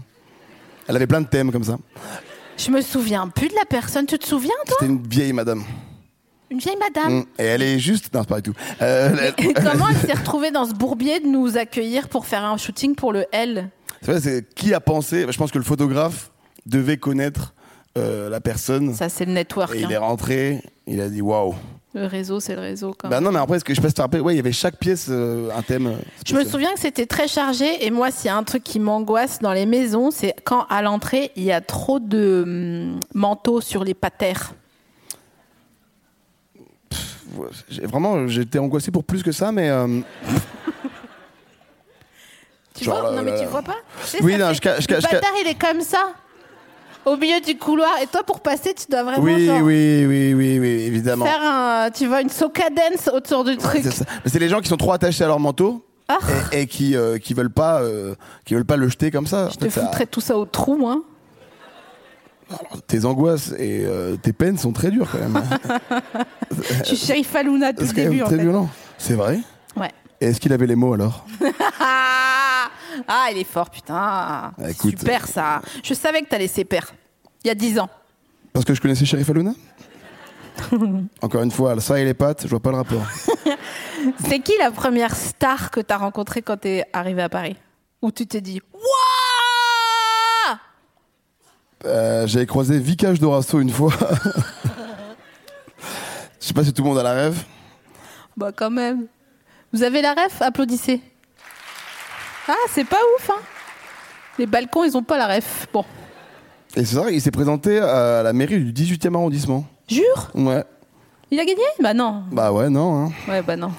[SPEAKER 3] Elle avait plein de thèmes comme ça.
[SPEAKER 2] Je me souviens plus de la personne. Tu te souviens, toi
[SPEAKER 3] C'était une vieille madame.
[SPEAKER 2] Une vieille madame.
[SPEAKER 3] Mm. Et elle est juste, non, c'est pas du tout. Euh, elle-
[SPEAKER 2] Et comment elle s'est retrouvée dans ce bourbier de nous accueillir pour faire un shooting pour le L
[SPEAKER 3] C'est vrai, c'est qui a pensé Je pense que le photographe devait connaître euh, la personne.
[SPEAKER 2] Ça, c'est le network.
[SPEAKER 3] et
[SPEAKER 2] hein.
[SPEAKER 3] il est rentré, il a dit waouh.
[SPEAKER 2] Le réseau, c'est le réseau. Quand
[SPEAKER 3] Bah non, mais après, est-ce que je passe par Ouais, il y avait chaque pièce euh, un thème. euh,
[SPEAKER 2] Je me
[SPEAKER 3] spécial.
[SPEAKER 2] souviens que c'était très chargé et moi s'il y a un truc qui m'angoisse dans les maisons, c'est quand à l'entrée il y a trop de hum, manteaux sur les patères.
[SPEAKER 3] Ouais, j'ai- Vraiment, j'étais angoissé pour plus que ça, mais. euh,
[SPEAKER 2] Tu
[SPEAKER 3] Genre,
[SPEAKER 2] vois
[SPEAKER 3] là,
[SPEAKER 2] Non mais
[SPEAKER 3] là,
[SPEAKER 2] tu
[SPEAKER 3] là.
[SPEAKER 2] vois pas Tu sais,
[SPEAKER 3] Oui,
[SPEAKER 2] ça
[SPEAKER 3] non,
[SPEAKER 2] fait-
[SPEAKER 3] je ca- je ca-
[SPEAKER 2] Le
[SPEAKER 3] je ca-
[SPEAKER 2] bâtard il est comme ça au milieu du couloir et toi pour passer tu dois vraiment
[SPEAKER 3] Oui,
[SPEAKER 2] genre,
[SPEAKER 3] oui, oui, oui, oui, évidemment.
[SPEAKER 2] Ah, faire un tu vois une soca dance autour du
[SPEAKER 3] Ouais,
[SPEAKER 2] truc.
[SPEAKER 3] c'est ça. Mais c'est les gens qui sont trop attachés à leur manteau
[SPEAKER 2] Ah.
[SPEAKER 3] et, et qui euh, qui veulent pas euh, qui veulent pas le jeter comme ça. En
[SPEAKER 2] Je
[SPEAKER 3] fait,
[SPEAKER 2] te
[SPEAKER 3] ça-
[SPEAKER 2] foutrais tout ça au trou moi.
[SPEAKER 3] Tes angoisses et euh, tes peines sont très dures quand même.
[SPEAKER 2] Je
[SPEAKER 3] Euh,
[SPEAKER 2] suis Sheriff Falouna depuis
[SPEAKER 3] C'est
[SPEAKER 2] le
[SPEAKER 3] quand même
[SPEAKER 2] début en
[SPEAKER 3] très
[SPEAKER 2] fait.
[SPEAKER 3] violent. C'est vrai.
[SPEAKER 2] Ouais.
[SPEAKER 3] Et est-ce qu'il avait les mots alors
[SPEAKER 2] Ah, ah, il est fort putain.
[SPEAKER 3] Ah,
[SPEAKER 2] C'est
[SPEAKER 3] écoute,
[SPEAKER 2] Super ça. Je savais que t'allais séparer. Il y a 10 ans.
[SPEAKER 3] Parce que je connaissais Sheriff Aluna Encore une fois, ça et les pattes, je vois pas le rapport.
[SPEAKER 2] C'est qui la première star que t'as rencontrée quand t'es arrivé à Paris Où tu t'es dit Wouah
[SPEAKER 3] Euh, J'avais croisé Vicage Dorasso une fois. Je sais pas si tout le monde a la rêve.
[SPEAKER 2] Bah quand même. Vous avez la ref Applaudissez. Ah, c'est pas ouf, hein Les balcons, ils ont pas la ref. Bon.
[SPEAKER 3] Et c'est vrai, il s'est présenté à la mairie du 18e arrondissement.
[SPEAKER 2] Jure
[SPEAKER 3] Ouais.
[SPEAKER 2] Il a gagné Bah non.
[SPEAKER 3] Bah ouais, non. hein.
[SPEAKER 2] Ouais, bah non.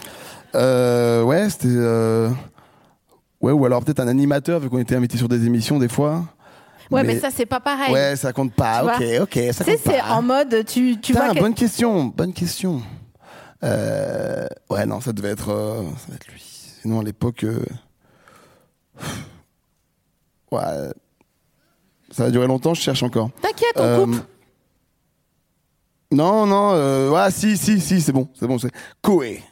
[SPEAKER 3] Euh, ouais, c'était. euh, Ouais, ou alors peut-être un animateur, vu qu'on était invité sur des émissions des fois.
[SPEAKER 2] Ouais, mais, ça, c'est pas pareil.
[SPEAKER 3] Ouais, ça compte pas.
[SPEAKER 2] Tu
[SPEAKER 3] Ok,
[SPEAKER 2] vois
[SPEAKER 3] ok, ça
[SPEAKER 2] tu sais,
[SPEAKER 3] compte
[SPEAKER 2] c'est
[SPEAKER 3] pas.
[SPEAKER 2] en mode, tu, tu
[SPEAKER 3] Putain,
[SPEAKER 2] vois... que-
[SPEAKER 3] bonne question, bonne question. Euh, ouais, non, ça devait être, euh, ça devait être lui. Sinon, à l'époque, euh, ouais, ça va durer longtemps. Je cherche encore.
[SPEAKER 2] T'inquiète, on
[SPEAKER 3] Euh,
[SPEAKER 2] coupe.
[SPEAKER 3] Non, non, euh, ouais, si, si, si, c'est bon, c'est bon, c'est Koé.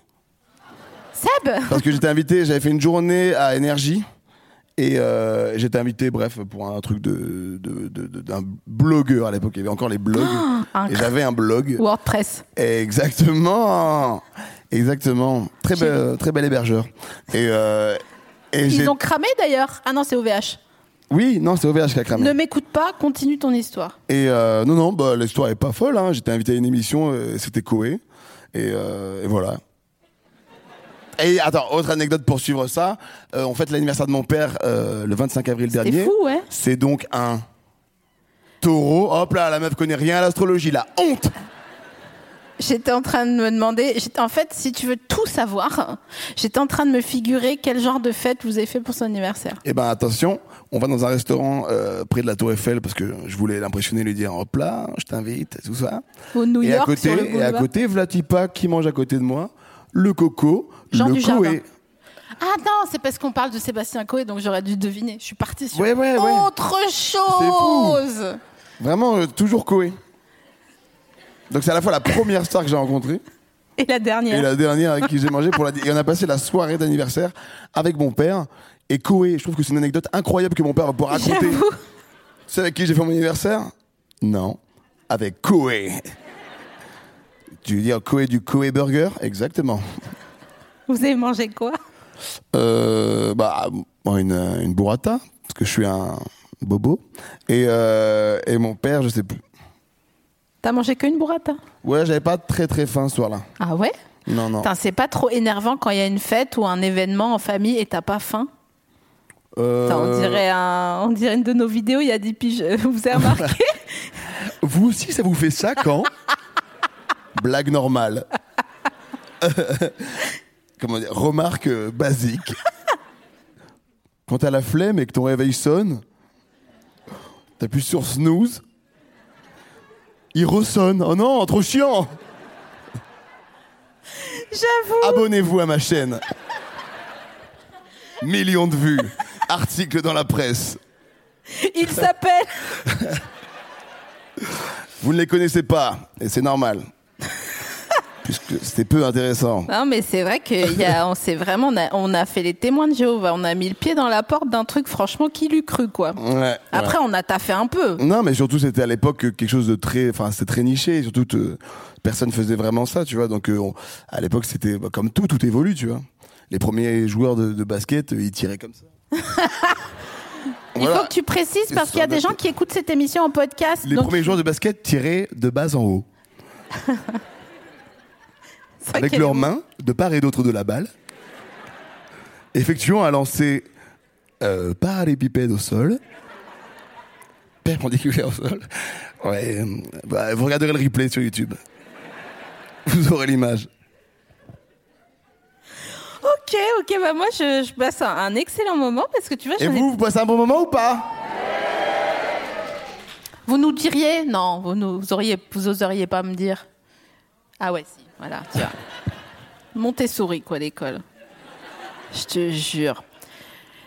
[SPEAKER 2] Seb
[SPEAKER 3] Parce que j'étais invité, j'avais fait une journée à Énergie. Et euh, j'étais invité, bref, pour un truc de de- de- de- d'un blogueur à l'époque. Il y avait encore les blogs. et
[SPEAKER 2] Ah, incroyable.
[SPEAKER 3] j'avais un blog.
[SPEAKER 2] WordPress.
[SPEAKER 3] Exactement, exactement. Très bel, très bel hébergeur. Et, euh, et j'ai-
[SPEAKER 2] Ils ont cramé d'ailleurs. Ah non, c'est OVH.
[SPEAKER 3] oui, non, c'est OVH qui a cramé.
[SPEAKER 2] Ne m'écoute pas, continue ton histoire.
[SPEAKER 3] Et euh, non, non, bah, l'histoire est pas folle. Hein. J'étais invité à une émission, euh, c'était Koé, et, euh, et voilà. Et attends, autre anecdote pour suivre ça. Euh, on fête l'anniversaire de mon père euh, le 25 avril
[SPEAKER 2] C'était
[SPEAKER 3] dernier.
[SPEAKER 2] fou, ouais.
[SPEAKER 3] C'est donc un taureau. Hop là, la meuf connaît rien à l'astrologie, la honte.
[SPEAKER 2] J'étais en train de me demander, j'étais- en fait, si tu veux tout savoir, j'étais en train de me figurer quel genre de fête vous avez fait pour son anniversaire.
[SPEAKER 3] Eh ben attention, on va dans un restaurant euh, près de la Tour Eiffel parce que je voulais l'impressionner, lui dire hop là, je t'invite, tout ça.
[SPEAKER 2] Au New
[SPEAKER 3] et à
[SPEAKER 2] York,
[SPEAKER 3] côté,
[SPEAKER 2] sur le
[SPEAKER 3] et à
[SPEAKER 2] boulevard.
[SPEAKER 3] côté, Vlatipa qui mange à côté de moi, le coco,
[SPEAKER 2] Jean
[SPEAKER 3] le
[SPEAKER 2] du Jardin.
[SPEAKER 3] Koé.
[SPEAKER 2] Ah non, c'est parce qu'on parle de Sébastien Coé, donc j'aurais dû deviner. Je suis partie sur
[SPEAKER 3] Ouais, ouais, ouais.
[SPEAKER 2] autre chose.
[SPEAKER 3] Vraiment euh, toujours Koé. Donc c'est à la fois la première star que j'ai rencontrée
[SPEAKER 2] Et la dernière.
[SPEAKER 3] Et la dernière avec qui j'ai mangé pour la. Et on a passé la soirée d'anniversaire avec mon père et Koé. Je trouve que c'est une anecdote incroyable que mon père va pouvoir raconter.
[SPEAKER 2] J'avoue.
[SPEAKER 3] C'est avec qui j'ai fait mon anniversaire Non, avec Koé. Tu veux dire Koé du Koé Burger Exactement.
[SPEAKER 2] Vous avez mangé quoi
[SPEAKER 3] Euh, bah, bon, une, une burrata, parce que je suis un bobo. Et, euh, et mon père, je sais plus.
[SPEAKER 2] T'as mangé qu'une burrata
[SPEAKER 3] Ouais, j'avais pas très très faim ce soir-là.
[SPEAKER 2] Ah ouais
[SPEAKER 3] Non, non.
[SPEAKER 2] Putain, c'est pas trop énervant quand il y a une fête ou un événement en famille et t'as pas faim
[SPEAKER 3] Euh,
[SPEAKER 2] Putain, on, dirait un- on dirait une de nos vidéos, il y a 10 piges. Vous avez remarqué
[SPEAKER 3] Vous aussi, ça vous fait ça quand Blague normale. Comment dire Remarque euh, basique. Quand t'as la flemme et que ton réveil sonne, t'appuies sur snooze, il ressonne. Oh non, trop chiant Ah
[SPEAKER 2] J'avoue.
[SPEAKER 3] Abonnez-vous à ma chaîne. Millions de vues, articles dans la presse.
[SPEAKER 2] Il s'appelle.
[SPEAKER 3] Vous ne les connaissez pas, et c'est normal. Puisque c'était peu intéressant.
[SPEAKER 2] Non, mais c'est vrai qu'il y a, on s'est vraiment, on a, on a fait les témoins de Jéhovah. On a mis le pied dans la porte d'un truc, franchement, qui l'eût cru, quoi.
[SPEAKER 3] Ouais,
[SPEAKER 2] Après, on a taffé un peu.
[SPEAKER 3] Non, mais surtout, c'était à l'époque euh, quelque chose de très, enfin, c'était très niché. Et surtout, te- personne faisait vraiment ça, tu vois. Donc, euh, on- à l'époque, c'était bah, comme tout, tout évolue, tu vois. Les premiers joueurs de, de basket, euh, ils tiraient comme ça.
[SPEAKER 2] Il
[SPEAKER 3] Voilà.
[SPEAKER 2] faut que tu précises
[SPEAKER 3] C'est
[SPEAKER 2] parce qu'il y a
[SPEAKER 3] ça,
[SPEAKER 2] des
[SPEAKER 3] d'accord.
[SPEAKER 2] gens qui écoutent cette émission en podcast.
[SPEAKER 3] Les
[SPEAKER 2] donc
[SPEAKER 3] premiers joueurs de basket tiraient de bas en haut,
[SPEAKER 2] c'est vrai
[SPEAKER 3] avec
[SPEAKER 2] qu'elle-
[SPEAKER 3] leurs mains, de part et d'autre de la balle, effectuant un lancer euh, parallépipède au sol, perpendiculaire au sol. Ouais, euh, bah, vous regarderez le replay sur YouTube. Vous aurez l'image.
[SPEAKER 2] Ok, ok, bah moi je, je passe un, un excellent moment parce que tu vois,
[SPEAKER 3] Et
[SPEAKER 2] j'en ai-
[SPEAKER 3] vous, vous passez un bon moment ou pas
[SPEAKER 2] vous nous diriez, non, vous nous vous auriez, vous oseriez pas me dire. Ah ouais, si, voilà, tu vois. Montessori, quoi, l'école. Je te jure.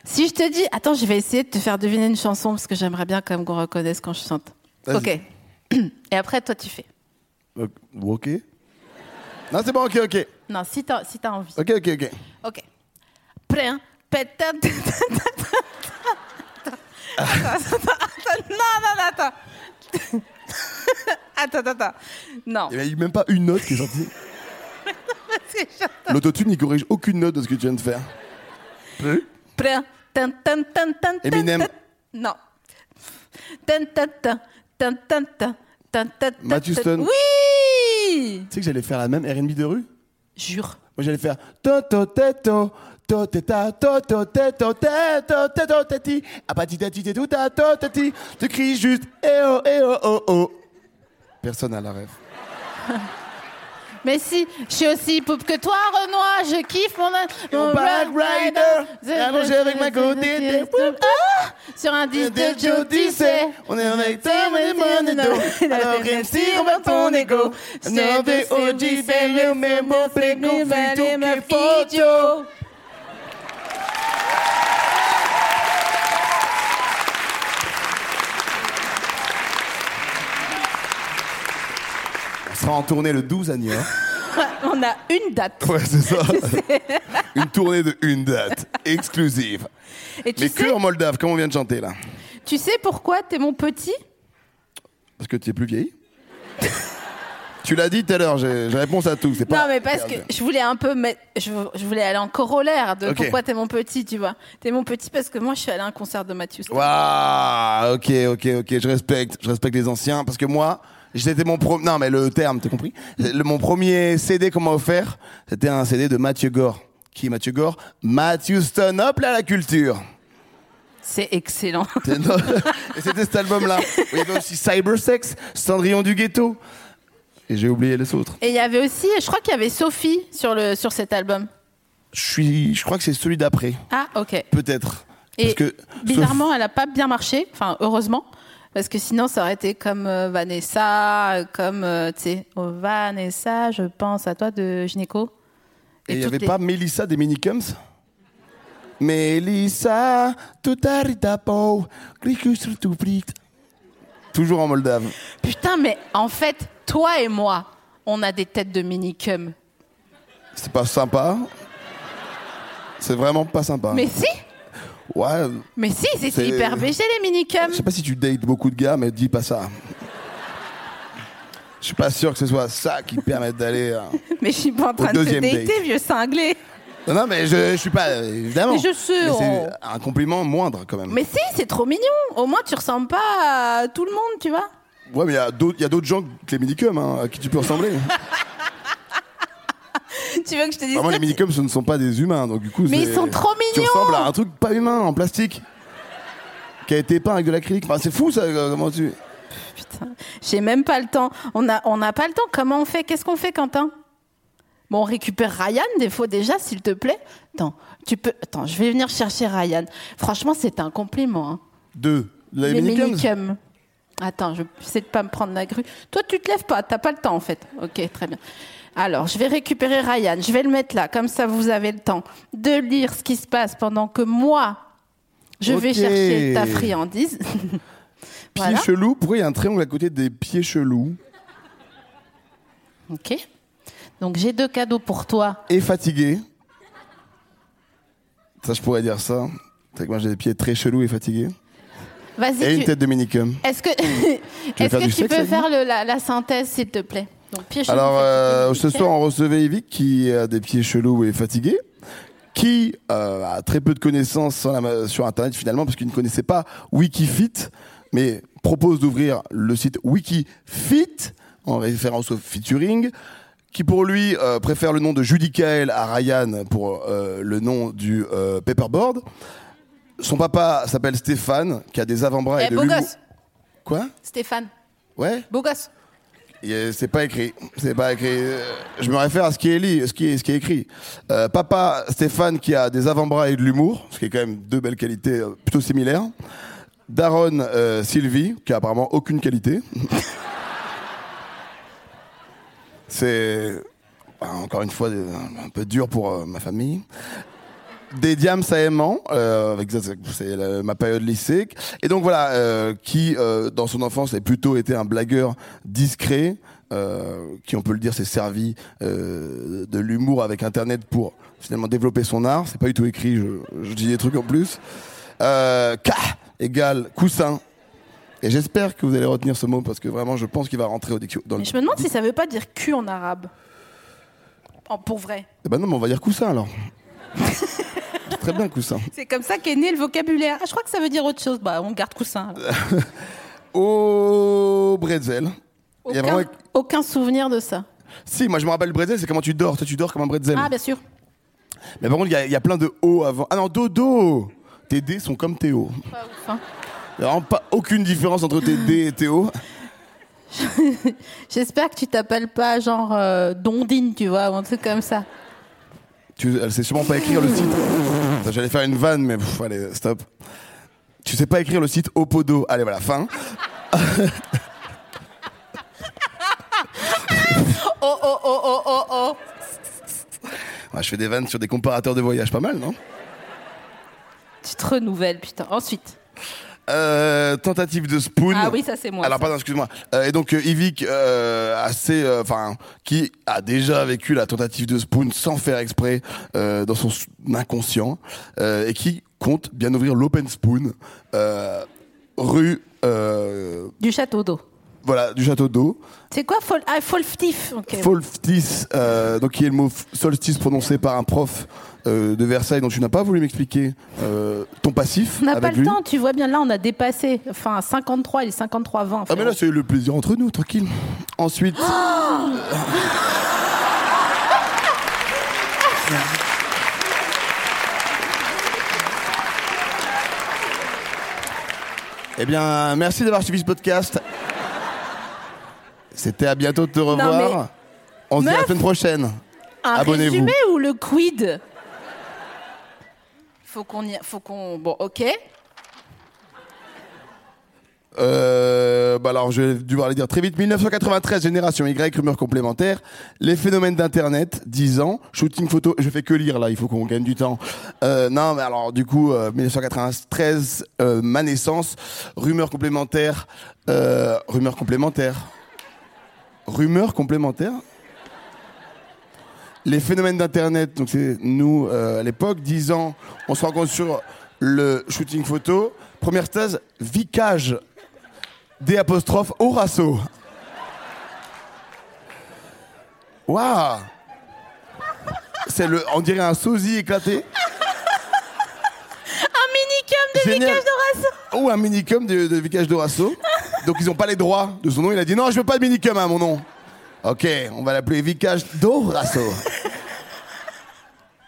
[SPEAKER 2] Si je te dis, attends, je vais essayer de te faire deviner une chanson parce que j'aimerais bien quand même qu'on reconnaisse quand je chante.
[SPEAKER 3] Vas-y.
[SPEAKER 2] Ok. Et après, toi, tu fais.
[SPEAKER 3] Euh, Ok. Non, c'est bon, ok, ok.
[SPEAKER 2] Non, si t'as si t'as envie.
[SPEAKER 3] Ok, ok, ok.
[SPEAKER 2] Ok. Prêt, hein Pétain. Attends, attends, attends. Non, non, non, attends. Attends, attends, attends. Non.
[SPEAKER 3] Il n'y a eu même pas une note qui est sortie. L'autotune, il corrige aucune note de ce que tu viens de faire.
[SPEAKER 2] Prêt, hein Tin, tin, tin, tin, tin,
[SPEAKER 3] Eminem.
[SPEAKER 2] tin. Non. Tin, tin, tin, tin, tin, tin, tin, tin, tin,
[SPEAKER 3] Matt
[SPEAKER 2] tin.
[SPEAKER 3] Houston.
[SPEAKER 2] Oui
[SPEAKER 3] Tu sais que j'allais faire la même R&B de rue
[SPEAKER 2] Jure.
[SPEAKER 3] Moi, j'allais faire Toto teto, to teta, toto teto, teto teto teti, apati tati tetu Ah, ta to teti. Tu cries juste eh oh eh oh oh oh. Personne à la rêve.
[SPEAKER 2] Mais si, je suis aussi poupe que toi, Renoir. Je kiffe mon.
[SPEAKER 3] Mon Black Rider,
[SPEAKER 2] The-
[SPEAKER 3] allongé avec ma côté des-
[SPEAKER 2] Ah Sur un disque de Joe Dicey.
[SPEAKER 3] On est avec Tom et Monedo. Alors rime sur ma ton ego. Non, des OG, c'est le même mot, c'est conflit, tout est photo. On sera en tournée le 12 à New York.
[SPEAKER 2] On a une date.
[SPEAKER 3] Ouais, c'est ça. une tournée de une date, exclusive.
[SPEAKER 2] Et tu
[SPEAKER 3] Mais
[SPEAKER 2] sais,
[SPEAKER 3] que en Moldave, comme on vient de chanter là.
[SPEAKER 2] tu sais pourquoi t'es mon petit
[SPEAKER 3] Parce que tu es plus vieille Tu l'as dit tout à l'heure, j'ai j'ai réponse à tout. c'est Pas
[SPEAKER 2] Non, mais parce que
[SPEAKER 3] Merde.
[SPEAKER 2] je voulais un peu mettre. Je, je voulais aller en corollaire de
[SPEAKER 3] Ok.
[SPEAKER 2] pourquoi t'es mon petit, tu vois. T'es mon petit parce que moi, je suis allée à un concert de Mathieu.
[SPEAKER 3] Waouh, ok, ok, ok, je respecte, je respecte les anciens parce que moi, j'étais mon premier. Non, mais le terme, t'as compris Le- Mon premier CD qu'on m'a offert, c'était un CD de Mathieu Gore. Qui est Mathieu Gore Matthew Stone, hop là, la culture
[SPEAKER 2] C'est excellent.
[SPEAKER 3] C'était- non. Et c'était cet album-là. Il y avait aussi Cybersex, Cendrillon du ghetto. Et j'ai oublié les autres.
[SPEAKER 2] Et il y avait aussi, je crois qu'il y avait Sophie sur, le, sur cet album.
[SPEAKER 3] Je suis, je crois que c'est celui d'après,
[SPEAKER 2] Ah, ok.
[SPEAKER 3] peut-être.
[SPEAKER 2] Et
[SPEAKER 3] Parce que
[SPEAKER 2] bizarrement, elle n'a pas bien marché. Enfin, heureusement. Parce que sinon, ça aurait été comme euh, Vanessa, euh, comme, euh, tu sais, oh, Vanessa, je pense à toi de Gynéco.
[SPEAKER 3] Et il n'y
[SPEAKER 2] toutes
[SPEAKER 3] avait
[SPEAKER 2] les-
[SPEAKER 3] pas Mélissa des Minicums Mélissa, tout arita pau, clique sur tout plit. Toujours en moldave.
[SPEAKER 2] Putain, mais en fait, toi et moi, on a des têtes de minicum.
[SPEAKER 3] C'est pas sympa. C'est vraiment pas sympa.
[SPEAKER 2] Mais si
[SPEAKER 3] Ouais,
[SPEAKER 2] Mais si, c'est
[SPEAKER 3] Ah. C'est-
[SPEAKER 2] hyper BG les minicums.
[SPEAKER 3] je sais pas si tu dates beaucoup de gars, mais dis pas ça. Je suis pas sûr que ce soit ça qui te permette d'aller. euh,
[SPEAKER 2] Mais je suis pas en train de te
[SPEAKER 3] deuxième
[SPEAKER 2] dater,
[SPEAKER 3] date.
[SPEAKER 2] vieux cinglé.
[SPEAKER 3] Non, non, mais je, je suis pas. euh, Évidemment.
[SPEAKER 2] Mais je sais,
[SPEAKER 3] c'est
[SPEAKER 2] oh.
[SPEAKER 3] un compliment moindre quand même.
[SPEAKER 2] Mais si, c'est trop mignon. Au moins, tu ressembles pas à tout le monde, tu vois.
[SPEAKER 3] Ouais, mais il y a d'autres- il y a d'autres gens que les minicums hein, à qui tu peux ressembler.
[SPEAKER 2] Tu veux que je te dise
[SPEAKER 3] Vraiment,
[SPEAKER 2] ça
[SPEAKER 3] Ah, les minicums, ce ne sont pas des humains, donc du coup.
[SPEAKER 2] Mais
[SPEAKER 3] c'est-
[SPEAKER 2] ils sont trop
[SPEAKER 3] Tu
[SPEAKER 2] mignons.
[SPEAKER 3] ressembles à un truc pas humain en plastique qui a été peint avec de l'acrylique. Enfin, c'est fou ça. euh, Comment tu.
[SPEAKER 2] Putain, j'ai même pas le temps. On n'a on n'a pas le temps. Comment on fait Qu'est-ce qu'on fait, Quentin Bon, on récupère Ryan des fois déjà, s'il te plaît. Attends, tu peux. Attends, je vais venir chercher Ryan. Franchement, c'est un compliment. hein.
[SPEAKER 3] Deux. Les,
[SPEAKER 2] Les
[SPEAKER 3] minicums.
[SPEAKER 2] minicums. Attends, je vais essayer de pas me prendre la grue. Toi, tu te lèves pas, t'as pas le temps en fait. Ok, très bien. Alors, je vais récupérer Ryan, je vais le mettre là, comme ça vous avez le temps de lire ce qui se passe pendant que moi, je vais
[SPEAKER 3] Ok.
[SPEAKER 2] chercher ta friandise.
[SPEAKER 3] Pieds
[SPEAKER 2] Voilà.
[SPEAKER 3] chelous. Pourquoi il y a un triangle à côté des pieds chelous
[SPEAKER 2] Ok. Donc, j'ai deux cadeaux pour toi.
[SPEAKER 3] et fatigué Ça, je pourrais dire ça. C'est que moi, j'ai des pieds très chelous et fatigués. Et
[SPEAKER 2] Vas-y.
[SPEAKER 3] une
[SPEAKER 2] tu-
[SPEAKER 3] tête de minicum.
[SPEAKER 2] Est-ce que,
[SPEAKER 3] faire
[SPEAKER 2] est-ce
[SPEAKER 3] du
[SPEAKER 2] que tu
[SPEAKER 3] sexe
[SPEAKER 2] peux
[SPEAKER 3] avec
[SPEAKER 2] faire le- la, la synthèse, s'il te plaît Donc, pieds chelous,
[SPEAKER 3] Alors, euh,
[SPEAKER 2] fatigués,
[SPEAKER 3] ce soir, on recevait Yvick qui a des pieds chelous et fatigué, qui euh, a très peu de connaissances sur, la ma- sur Internet finalement, parce qu'il ne connaissait pas Wikifit, mais propose d'ouvrir le site Wikifit, en référence au featuring, qui pour lui euh, préfère le nom de Judy Kael à Ryan pour euh, le nom du euh, paperboard. Son papa s'appelle Stéphane, qui a des avant-bras et
[SPEAKER 2] Eh,
[SPEAKER 3] de
[SPEAKER 2] beau
[SPEAKER 3] l'humour.
[SPEAKER 2] gosse,
[SPEAKER 3] Quoi
[SPEAKER 2] Stéphane.
[SPEAKER 3] Ouais
[SPEAKER 2] Beau gosse.
[SPEAKER 3] il y a- C'est pas écrit. C'est pas écrit. Euh, Je me réfère à ce qui est li- ce qui est, ce qui est écrit. Euh, papa Stéphane qui a des avant-bras et de l'humour, ce qui est quand même deux belles qualités euh, plutôt similaires. Daron euh, Sylvie qui a apparemment aucune qualité. C'est bah, encore une fois euh, un peu dur pour euh, ma famille. Des diams à aimant, euh, avec ça, c'est- c'est la- ma période lycée. Et donc voilà, euh, qui euh, dans son enfance a plutôt été un blagueur discret, euh, qui on peut le dire s'est servi euh, de l'humour avec Internet pour finalement développer son art. C'est pas du tout écrit, je, je dis des trucs en plus. Euh, K égale coussin. Et j'espère que vous allez retenir ce mot parce que vraiment, je pense qu'il va rentrer au dictionnaire.
[SPEAKER 2] Mais je me demande si ça veut pas dire cul en arabe. En pour vrai.
[SPEAKER 3] Eh ben non, mais on va dire coussin alors. C'est Très bien, coussin.
[SPEAKER 2] C'est comme ça qu'est né le vocabulaire. Ah, je crois que ça veut dire autre chose. Bah, on garde coussin. alors.
[SPEAKER 3] Au bretzel. Il y a
[SPEAKER 2] Aucun,
[SPEAKER 3] vraiment-
[SPEAKER 2] aucun souvenir de ça.
[SPEAKER 3] Si, moi je me rappelle le bretzel, c'est comment tu dors. Toi, tu dors comme un bretzel.
[SPEAKER 2] Ah, bien sûr.
[SPEAKER 3] Mais par contre, il y a- il y, a plein de O avant. Ah non, dodo Tes dés sont comme tes O.
[SPEAKER 2] Pas ouf, hein.
[SPEAKER 3] Il n'y a vraiment pas aucune différence entre tes dés et tes O.
[SPEAKER 2] J'espère que tu t'appelles pas genre euh, Dondine, tu vois, ou un truc comme ça.
[SPEAKER 3] Tu, elle sait sûrement pas écrire le site. Putain, J'allais faire une vanne, mais pff, allez, stop. Tu sais pas écrire le site Opodo. Allez, voilà, fin.
[SPEAKER 2] Oh, oh, oh, oh, oh, oh.
[SPEAKER 3] Ouais, Ah, je fais des vannes sur des comparateurs de voyage, pas mal, non
[SPEAKER 2] Tu te renouvelles, putain. Ensuite.
[SPEAKER 3] Euh, tentative de spoon.
[SPEAKER 2] Ah oui, ça, c'est moi,
[SPEAKER 3] Alors
[SPEAKER 2] ça.
[SPEAKER 3] pardon, excuse-moi. Euh, et donc euh, Yvick, euh, assez, euh, enfin, qui a déjà vécu la tentative de spoon sans faire exprès euh, dans son s- inconscient euh, et qui compte bien ouvrir l'open spoon euh, rue, euh,
[SPEAKER 2] Du château d'eau.
[SPEAKER 3] voilà, du château d'eau,
[SPEAKER 2] C'est quoi fol... Ah, folftif. Ok.
[SPEAKER 3] solstice, euh, donc qui est le mot f- solstice prononcé par un prof. euh, de Versailles dont tu n'as pas voulu m'expliquer euh, ton passif
[SPEAKER 2] On n'a
[SPEAKER 3] avec
[SPEAKER 2] pas le
[SPEAKER 3] lui.
[SPEAKER 2] temps, tu vois bien, là, on a dépassé. Enfin, 53, il est 53-20.
[SPEAKER 3] Ah mais là c'est le plaisir entre nous, tranquille. Ensuite. eh bien, merci d'avoir suivi ce podcast. C'était à bientôt de te revoir.
[SPEAKER 2] mais-
[SPEAKER 3] On se dit à la
[SPEAKER 2] Meuf
[SPEAKER 3] semaine prochaine.
[SPEAKER 2] Un
[SPEAKER 3] Abonnez-vous.
[SPEAKER 2] résumé ou le quid Faut qu'on y... Faut qu'on... Bon, ok.
[SPEAKER 3] Euh, bah alors, je vais devoir les dire très vite. 1993, génération Y, rumeur complémentaire. Les phénomènes d'Internet, 10 ans. Shooting photo, je fais que lire là, il faut qu'on gagne du temps. Euh, non, mais alors, du coup, euh, 1993, euh, ma naissance. Rumeur complémentaire. Euh, rumeur complémentaire. Rumeur complémentaire les phénomènes d'Internet, donc c'est nous euh, à l'époque, 10 ans, on se rencontre sur le shooting photo. Première thèse, vicage, des apostrophes, Horasso. Waouh C'est le, on dirait un sosie éclaté.
[SPEAKER 2] Un minicum de
[SPEAKER 3] Génial.
[SPEAKER 2] Vicage d'Horace.
[SPEAKER 3] ou un minicum de, de Vicage Dorasso. Donc ils n'ont pas les droits de son nom. Il a dit non, je veux pas de minicum à mon nom. Ok, on va l'appeler Vicage Dorasso.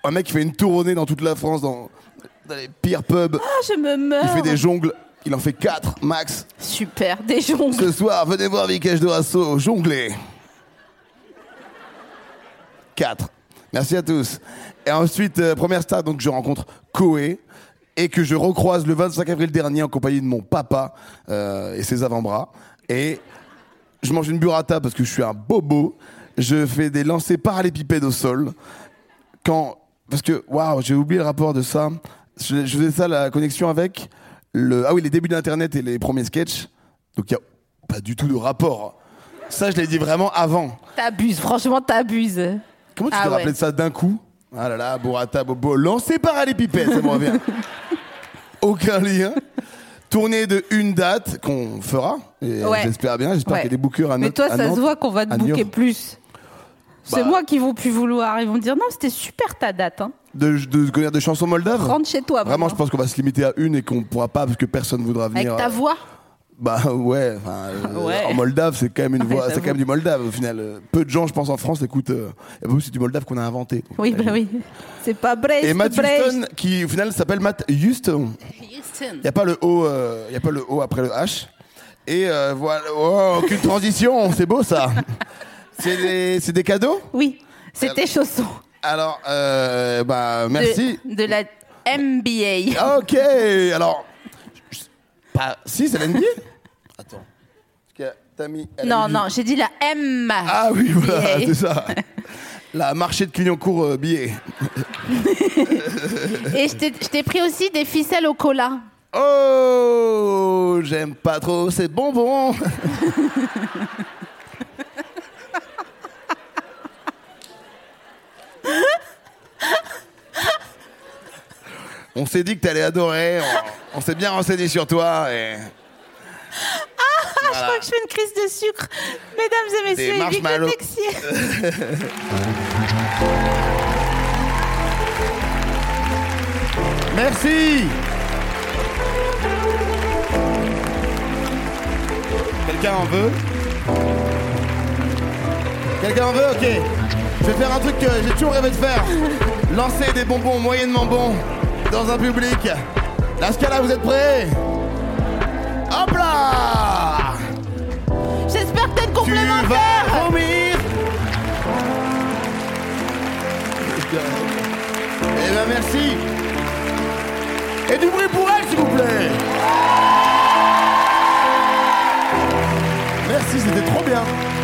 [SPEAKER 3] un mec qui fait une tournée dans toute la France, dans, dans les pires pubs.
[SPEAKER 2] Ah, je me meurs.
[SPEAKER 3] Il fait des jongles. Il en fait 4 max.
[SPEAKER 2] Super, des jongles.
[SPEAKER 3] Ce soir, venez voir Vicage Dorasso jongler. 4. Merci à tous. Et ensuite, euh, première star, donc je rencontre Koé et que je recroise le 25 avril dernier en compagnie de mon papa euh, et ses avant-bras. Et je mange une burrata parce que je suis un bobo. Je fais des lancers parallépipèdes au sol. Quand, parce que, waouh, j'ai oublié le rapport de ça. Je, je faisais ça, la connexion avec le, ah oui, les débuts d'Internet et les premiers sketchs. Donc il n'y a pas du tout de rapport. Ça, je l'ai dit vraiment avant.
[SPEAKER 2] T'abuses, franchement, t'abuses.
[SPEAKER 3] Comment tu
[SPEAKER 2] Ah
[SPEAKER 3] te
[SPEAKER 2] ouais.
[SPEAKER 3] rappelais de ça d'un coup Ah là là, Borata, Bobo, lancé par les pipettes, ça me revient. Aucun lien. Tournée de une date qu'on fera. et
[SPEAKER 2] Ouais.
[SPEAKER 3] J'espère bien. J'espère
[SPEAKER 2] Ouais.
[SPEAKER 3] qu'il y a des bookers à
[SPEAKER 2] Mais
[SPEAKER 3] Nantes-
[SPEAKER 2] toi,
[SPEAKER 3] à
[SPEAKER 2] ça
[SPEAKER 3] Nantes,
[SPEAKER 2] se voit qu'on va te
[SPEAKER 3] à Niort.
[SPEAKER 2] booker plus. C'est
[SPEAKER 3] Bah.
[SPEAKER 2] moi qui vont plus vouloir. Ils vont dire non, c'était super ta date. Hein.
[SPEAKER 3] De, de connaître des chansons moldaves.
[SPEAKER 2] Rentre chez toi.
[SPEAKER 3] Vraiment, je pense qu'on va se limiter à une et qu'on pourra pas parce que personne voudra venir.
[SPEAKER 2] Avec ta
[SPEAKER 3] euh,
[SPEAKER 2] voix.
[SPEAKER 3] Bah ouais, enfin, euh,
[SPEAKER 2] Ouais.
[SPEAKER 3] en moldave, c'est quand même une
[SPEAKER 2] Ouais,
[SPEAKER 3] voix, c'est
[SPEAKER 2] j'avoue.
[SPEAKER 3] quand même du moldave au final. Euh, Peu de gens, je pense, en France écoutent. euh, et vous, c'est du moldave qu'on a inventé. Donc,
[SPEAKER 2] Oui,
[SPEAKER 3] euh,
[SPEAKER 2] bah oui. C'est pas Brest.
[SPEAKER 3] Et Matt
[SPEAKER 2] Brest.
[SPEAKER 3] Houston, qui au final s'appelle Matt Houston. Il n'y a pas le O, euh, y a pas le O après le H. Et euh, voilà, oh, aucune transition, c'est beau ça. C'est des, c'est des cadeaux.
[SPEAKER 2] Oui, c'est tes chaussons.
[SPEAKER 3] Alors, euh, bah
[SPEAKER 2] De-
[SPEAKER 3] merci.
[SPEAKER 2] De, la NBA.
[SPEAKER 3] Ah, Ok, alors, je- pas, si c'est l'NBA. Attends, Parce que t'as mis. elle a
[SPEAKER 2] non,
[SPEAKER 3] mis-
[SPEAKER 2] non, j'ai dit la M.
[SPEAKER 3] Ah oui, voilà,
[SPEAKER 2] NBA.
[SPEAKER 3] c'est ça. La marché de Clignancourt euh, billet.
[SPEAKER 2] Et je t'ai- je t'ai pris aussi des ficelles au cola.
[SPEAKER 3] Oh, j'aime pas trop ces bonbons. On s'est dit que t'allais adorer. On, on s'est bien renseigné sur toi. Et Ah.
[SPEAKER 2] Je crois que je fais une crise de sucre. Mesdames et messieurs, Eric Le
[SPEAKER 3] marshmallows.
[SPEAKER 2] Texier.
[SPEAKER 3] merci. Quelqu'un en veut Quelqu'un en veut Ok. Je vais faire un truc que j'ai toujours rêvé de faire. Lancer des bonbons moyennement bons dans un public. La Scala, vous êtes prêts Hop là
[SPEAKER 2] J'espère que t'es
[SPEAKER 3] Tu vas
[SPEAKER 2] complémentaire.
[SPEAKER 3] vomir Eh ben merci Et du bruit pour elle s'il vous plaît Merci, c'était trop bien Ah,